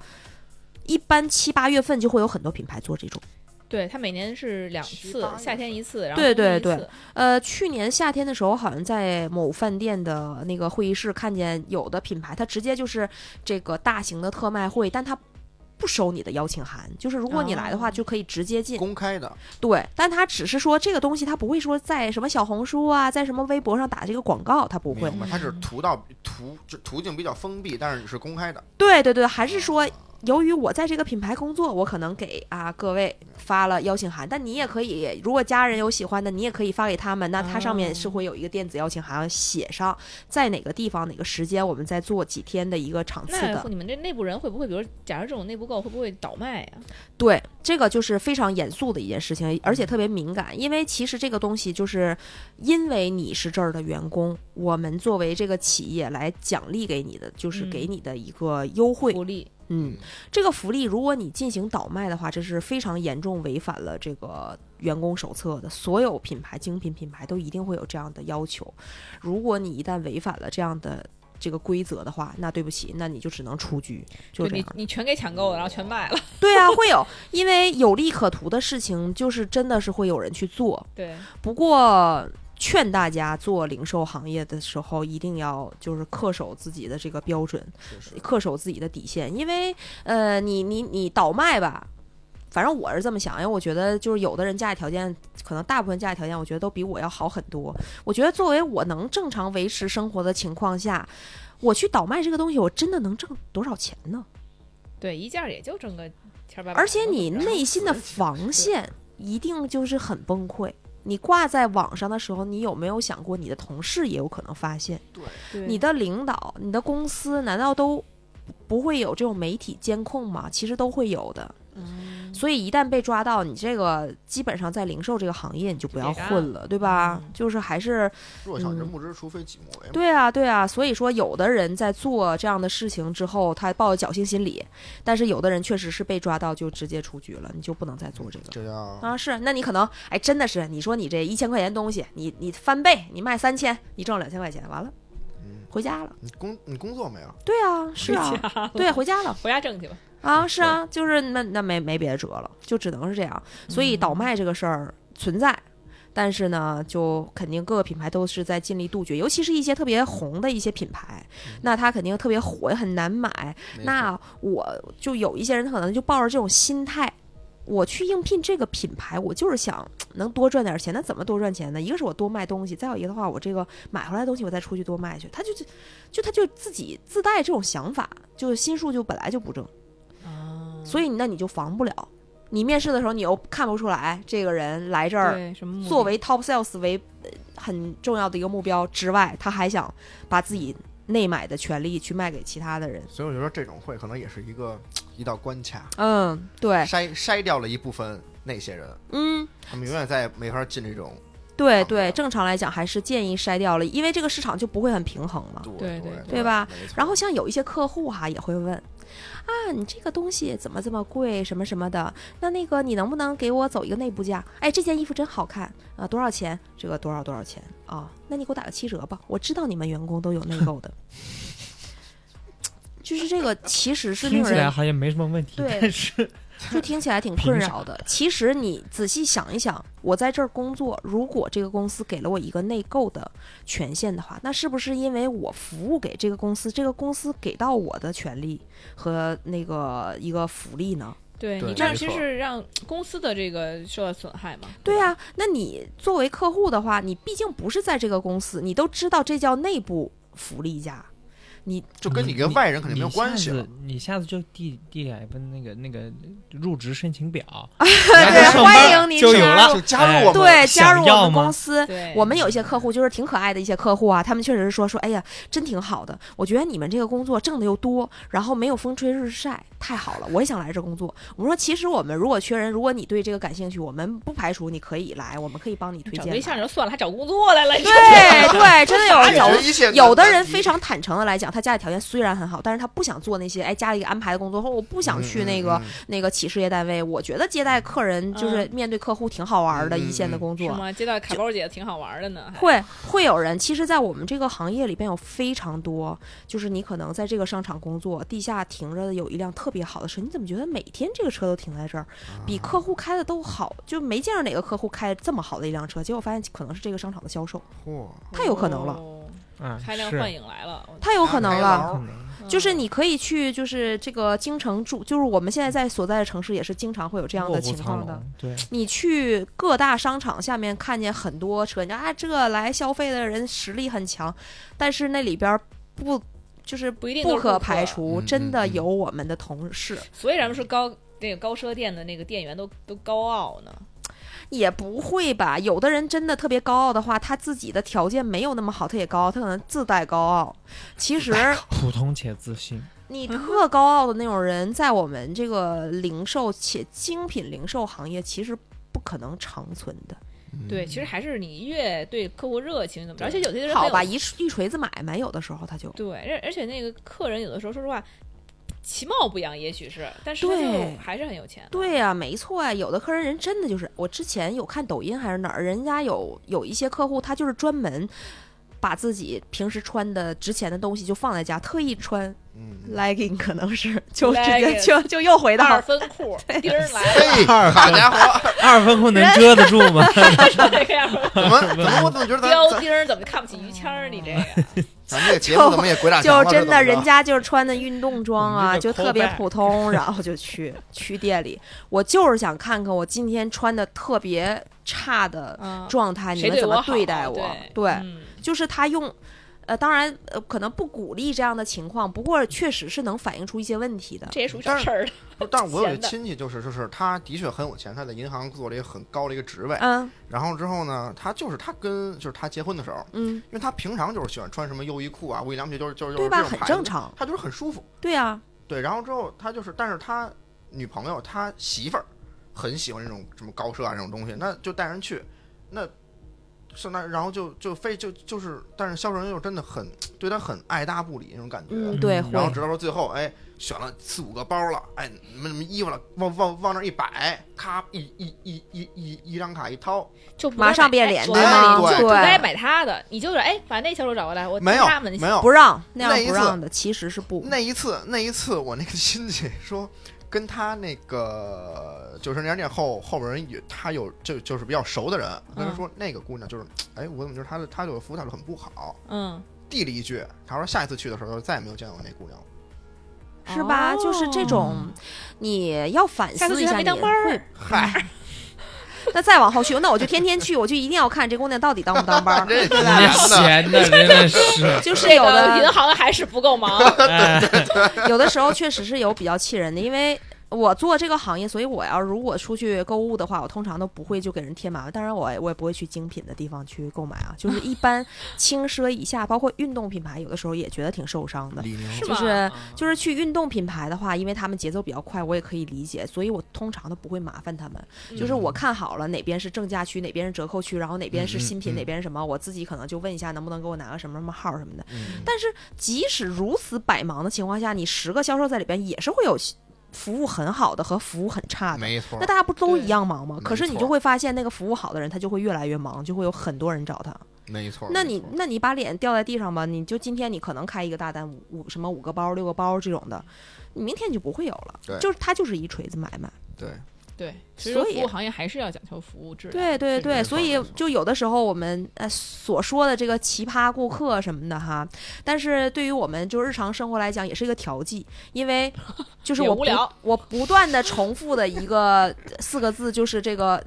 一般七八月份就会有很多品牌做这种。嗯对他每年是两七次八，夏月天份一次，然后对冬天对一对次，呃，去年夏天的时候，好像在某饭店的那个会议室看见有的品牌，它直接就是这个大型的特卖会，但它不收你的邀请函，就是如果你来的话，哦就可以直接进。公开的，对，但他只是说这个东西，他不会说在什么小红书啊，在什么微博上打这个广告，他不会嗯明。白，它是途道途就途径比较封闭，但是是公开的，啊对对对，还哦是说，由于我在这个品牌工作，我可能给啊各位发了邀请函，但你也可以，如果家人有喜欢的，你也可以发给他们。那它上面哦是会有一个电子邀请函，写上在哪个地方、哪个时间，我们在做几天的一个场次那的会。你们这内部人会不会，比如假如这种内部购会不会倒卖呀？对，这个就是非常严肃的一件事情，而且特别敏感，因为其实这个东西就是，因为你是这儿的员工，我们作为这个企业来奖励给你的，就是嗯给你的一个优惠。福利嗯，这个福利如果你进行倒卖的话，这是非常严重违反了这个员工手册的。所有品牌精品品牌都一定会有这样的要求，如果你一旦违反了这样的。这个规则的话，那对不起，那你就只能出局，就对这你样。你全给抢购了，然后全卖了， 对啊，会有，因为有利可图的事情，就是真的是会有人去做。对，不过，劝大家做零售行业的时候，一定要就是恪守自己的这个标准，是是恪守自己的底线，因为呃，你你你倒卖吧。反正我是这么想，因为我觉得就是有的人家里条件，可能大部分家里条件，我觉得都比我要好很多。我觉得作为我能正常维持生活的情况下，我去倒卖这个东西，我真的能挣多少钱呢？对，一件儿也就挣个千儿八百。而且你内 心 的防线一定就是很崩溃。你挂在网上的时候，你有没有想过你的同事也有可能发现？对，对你的领导、你的公司难道都不会有这种媒体监控吗？其实都会有的。嗯所以一旦被抓到，你这个基本上在零售这个行业你就不要就别嗯干混了，对吧？嗯就是还是弱小人嗯不知，除非己莫为嘛。对啊，对啊，所以说有的人在做这样的事情之后，他抱有侥幸心理，但是有的人确实是被抓到就直接出局了，你就不能再做这个。这叫啊，是，那你可能，哎，真的是，你说你这一千块钱东西，你你翻倍，你卖三千，你挣两千块钱，完了嗯，回家了。你工你工作没有？对啊，是啊，对，回家了回家挣去吧。啊，是啊，就是那那没没别的辙了，就只能是这样。所以倒卖这个事儿存在。但是呢，就肯定各个品牌都是在尽力杜绝，尤其是一些特别红的一些品牌，那它肯定特别火，也很难买。没错那我就有一些人，他可能就抱着这种心态，我去应聘这个品牌，我就是想能多赚点钱。那怎么多赚钱呢？一个是我多卖东西，再有一个的话，我这个买回来的东西我再出去多卖去。他就就就他就自己自带这种想法，就是心术就本来就不正，啊，所以那你就防不了。你面试的时候，你又看不出来这个人来这儿对什么目的作为 top sales 为呃很重要的一个目标之外，他还想把自己内买的权利去卖给其他的人。所以我觉得这种会可能也是一个一道关卡，嗯，对，筛筛掉了一部分那些人，嗯，他们永远再也没法进这种对行对，业正常来讲还是建议筛掉了，因为这个市场就不会很平衡嘛。对对对对吧？没错然后像有一些客户哈、也会问，啊，你这个东西怎么这么贵，什么什么的？那那个你能不能给我走一个内部价？哎，这件衣服真好看啊，多少钱？这个多少多少钱啊？那你给我打个七折吧，我知道你们员工都有内购的。 就是这个其实是令听起来人好像没什么问题，对但是就听起来挺困扰的。其实你仔细想一想，我在这儿工作，如果这个公司给了我一个内购的权限的话，那是不是因为我服务给这个公司，这个公司给到我的权利和那个一个福利呢？对对你这样没其实错是让公司的这个受到损害嘛？对呀、那你作为客户的话，你毕竟不是在这个公司，你都知道这叫内部福利价。你就跟你跟外人肯定没有关系了。你下次就递递两份那个那个入职申请表，来对这上班欢迎啊您就有加了哎入就加入我们，对，加想入我要们吗公司，对，啊我们有一些客户就是挺可爱的一些客户啊，他们确实是说说，哎呀，真挺好的。我觉得你们这个工作挣的又多，然后没有风吹日晒，太好了，我也想来这工作。我们说，其实我们如果缺人，如果你对这个感兴趣，我们不排除你可以来，我们可以帮你推找荐对象的。就算了，还找工作来了，对对对，真的有解人找决一切有的人难题非常坦诚的来讲，他家里条件虽然很好，但是他不想做那些哎家里安排的工作，或者我不想去那个、嗯嗯嗯那个企事业单位。我觉得接待客人就是嗯面对客户挺好玩的、嗯嗯一线的嗯工是作。吗？接到卡包姐挺好玩的呢，还会会有人，其实，在我们这个行业里边有非常多，就是你可能在这个商场工作，地下停着的有一辆特别好的车，你怎么觉得每天这个车都停在这儿，比客户开的都好，就没见着哪个客户开这么好的一辆车。结果发现可能是这个商场的销售，嚯太有可能了，哦啊，开辆是幻影来了，我太有可能了。可嗯能就是你可以去，就是这个京城住，就是我们现在在所在的城市也是经常会有这样卧的虎情藏况的。龙， 对，你去各大商场下面看见很多车，你说啊，这来消费的人实力很强，但是那里边儿不就是不一嗯定都不是可顾客排除，嗯真的嗯嗯有我们的同事，所以咱们说高那个高奢店的那个店员都都高傲呢，也不会吧？有的人真的特别高傲的话，他自己的条件没有那么好，他也高傲，他可能自带高傲。其实普通且自信，你特高傲的那种人，在我们这个零售且精品零售行业，其实不可能长存的。嗯对，其实还是你越对客户热情怎么着，而且有些人好吧，很有一锤一锤子买卖，有的时候他就对，而而且那个客人有的时候说实话，其貌不扬，也许是，但是他对就还是很有钱的，对呀、没错呀、有的客人人真的就是，我之前有看抖音还是哪儿，人家有有一些客户，他就是专门把自己平时穿的值钱的东西就放在家，特意穿嗯，嗯 legging，可能是就直接 Legging 就就又回二到分 裤钉儿来了，嘿，好家 伙，二分裤能遮得住 吗？说这个样儿怎么怎么我怎么觉得咱标咱钉儿怎么看不起于谦儿？你这个咱这个节目怎么也鬼打墙就了？真这怎么的，着人家就是穿的运动装我啊，嗯们这就个特别 callback 普通，然后就去去店里，我就是想看看我今天穿的特别差的嗯，状态，你谁们怎么我对对待我我好？对，嗯就是他用。呃，当然，呃，可能不鼓励这样的情况，不过确实是能反映出一些问题的。这也 属于小事儿了。不是但是我有一闲的亲戚，就是就是他的确很有钱，他在银行做了一个很高的一个职位。嗯然后之后呢，他就是他跟就是他结婚的时候，嗯，因为他平常就是喜欢穿什么优衣库啊、无印良品，就是就是就对是吧？这种很牌正子，常。他就是很舒服。对啊，对，然后之后他就是，但是他女朋友他媳妇儿很喜欢这种什么高奢啊这种东西，那就带人去，那是那然后就就非就就是，但是销售人又真的很对他很爱搭不理那种感觉。嗯，对，嗯会然后直到说最后，哎，选了四五个包了，哎，什么什么衣服了，往往往那儿一摆，咔，一一一一一一张卡一掏，就不马该上买变哎脸我对告诉吗你就不对该买他的，你就是哎，把那销售找过来，我没听有他们的没有不让那那一样不次让的，其实是不。那一次，那一次，我那个亲戚说，跟他那个就是那家店后后边人也，他有就就是比较熟的人，跟他说、那个姑娘就是，哎，我怎么觉得她的她对我服务态度很不好？嗯，递了一句，他说下一次去的时候就再也没有见过那姑娘了。是吧？就是这哦种，你要反下次思去一还下没你当班儿会。嗨，那再往后去，那我就天天去，我就一定要看这姑娘到底当不当班儿。这对人家吧？闲的真 的是，就是这有个银的行还是不够 忙。哎，有的时候确实是有比较气人的，因为。我做这个行业，所以我要如果出去购物的话，我通常都不会就给人添麻烦。当然我，我也不会去精品的地方去购买啊，就是一 般轻奢以下，包括运动品牌，有的时候也觉得挺受伤的。李宁是就吗啊是就是去运动品牌的话，因为他们节奏比较快，我也可以理解，所以我通常都不会麻烦他们。就是嗯我看好了哪边是正价区，哪边是折扣区，然后哪边是新嗯品，嗯哪边是什么，我自己可能就问一下能不能给我拿个什么什么号什么的。嗯但是即使如此百忙的情况下，你十个销售在里边也是会有服务很好的和服务很差的。没错那，大家不都一样忙吗？对可是你没错就会发现，那个服务好的人他就会越来越忙，就会有很多人找他。没错。那没你错那你把脸掉在地上吧，你就今天你可能开一个大单五五什么五个包六个包这种的，你明天你就不会有对了。就是他就是一锤子买卖。对，对，其实所以服务行业还是要讲求服务质量。嗯对对是没对，错所没以错就有的时候我们呃所说的这个奇葩顾客什么的哈，但是对于我们就日常生活来讲也是一个调剂，因为就是也我无不聊我不断的重复的一个四个字就是这个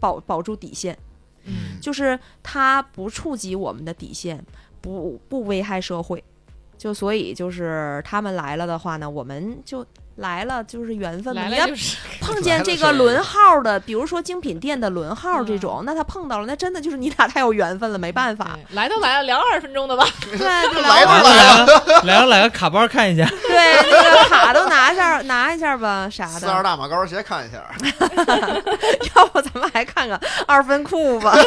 保保住底线，嗯，就是它不触及我们的底线，不不危害社会。就所以就是他们来了的话呢，我们就来了就是缘分嘛。来你了要就是碰见这个轮号的，比如说精品店的轮号这种，那他碰到了，那真的就是你俩太有缘分了，没办法。对哎来都来了，聊二十分钟的吧。对，就来聊都吧，来了，来了来个卡包看一下，对，那个卡都拿一下，拿一下吧，啥四二的。大马高跟鞋看一下，要不咱们还看看二分裤吧？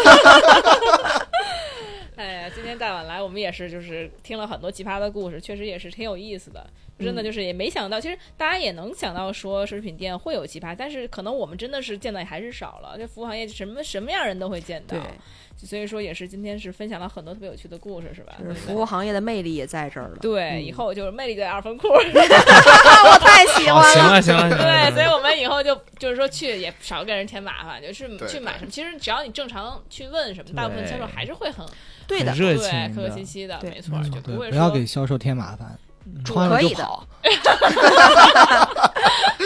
哎呀，今天大晚来，我们也是就是听了很多奇葩的故事，确实也是挺有意思的。真的就是也没想到，其实大家也能想到说奢侈品店会有奇葩，但是可能我们真的是见的还是少了。这服务行业什么什么样人都会见到对，，所以说也是今天是分享了很多特别有趣的故事，是吧？就是对不服对务行业的魅力也在这儿了。对，嗯以后就是魅力在二分裤。我太喜哦欢行啊了。了行了 行了，对，行所以了我们以后就就是说去也少给人添麻烦，就是对去买什么，其实只要你正常去问什么，大部分销售还是会很对的很，热对情客客的气气的，对没错没，就错不会不要说给销售添麻烦，穿嗯可了就以的跑。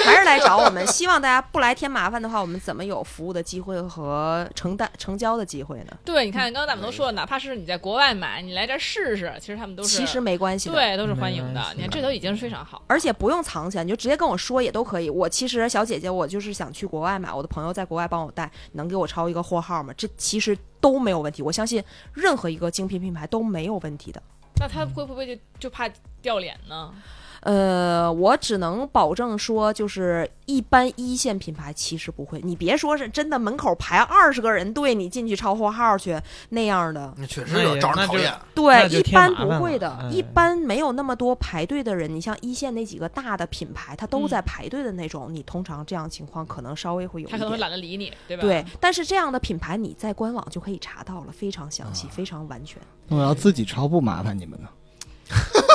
还是来找我们。希望大家不来添麻烦的话，我们怎么有服务的机会和承担成交的机会呢？对，你看刚刚咱们都说了，哪怕是你在国外买，你来这儿试试，其实他们都是其实没关系的。对都是欢迎没的关。系你看这都已经是非常好，而且不用藏起来，你就直接跟我说也都可以。我其实小姐姐，我就是想去国外买，我的朋友在国外帮我带，能给我抄一个货号吗？这其实都没有问题，我相信任何一个精品品牌都没有问题的。那他会不会就就怕掉脸呢？呃，我只能保证说，就是一般一线品牌其实不会。你别说是真的，门口排二十个人队，你进去抄货号去那样的，你确实有招人讨厌。对，那就一添般麻不烦会了的，哎一般没有那么多排队的人。你像一线那几个大的品牌，它都在排队的那种，你通常这样情况可能稍微会有他嗯一可能会点。懒得理你，对吧？对，但是这样的品牌你在官网就可以查到了，非常详啊细，非常完全。那我要自己抄不麻烦你们呢？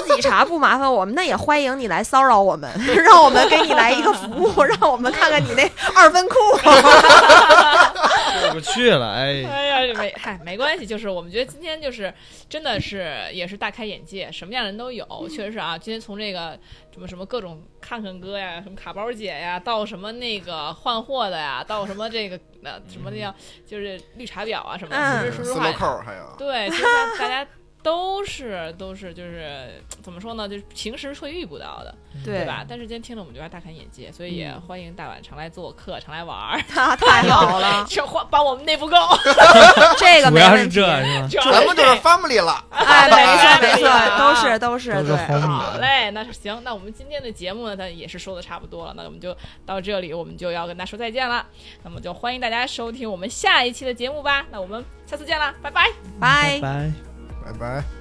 自己查不麻烦我们，那也欢迎你来骚扰我们， 让我们给你来一个服务，让我们看看你那二 分裤。过不去了，哎， 哎呀，没嗨，没关系，就是我们觉得今天就是真的是也是大开眼界，什么样的人都有，嗯确实是啊。今天从这个什么什么各种看看哥呀，什么卡包姐呀，到什么那个换货的呀，到什么这个呃什么那叫嗯就是绿茶婊啊什么的，其实说实四话楼，扣还有，对，其实大大家都是都是就是怎么说呢，就是平时会遇不到的，对吧？但是今天听了我们觉得大开眼界，所以也嗯欢迎大晚常来做客，常来玩儿，，啊太好了 这换帮我们内部 购，这个主没要问是题这是吧？主要咱们就这是样 family 了。哎，没错没哎错，都是都是都是红对。好米，嘞，那行，那我们今天的节目呢，它也是说的差不多了，那我们就到这里，我们就要跟大家说再见了。那么就欢迎大家收听我们下一期的节目吧，那我们下次见啦，拜拜。拜拜。拜拜。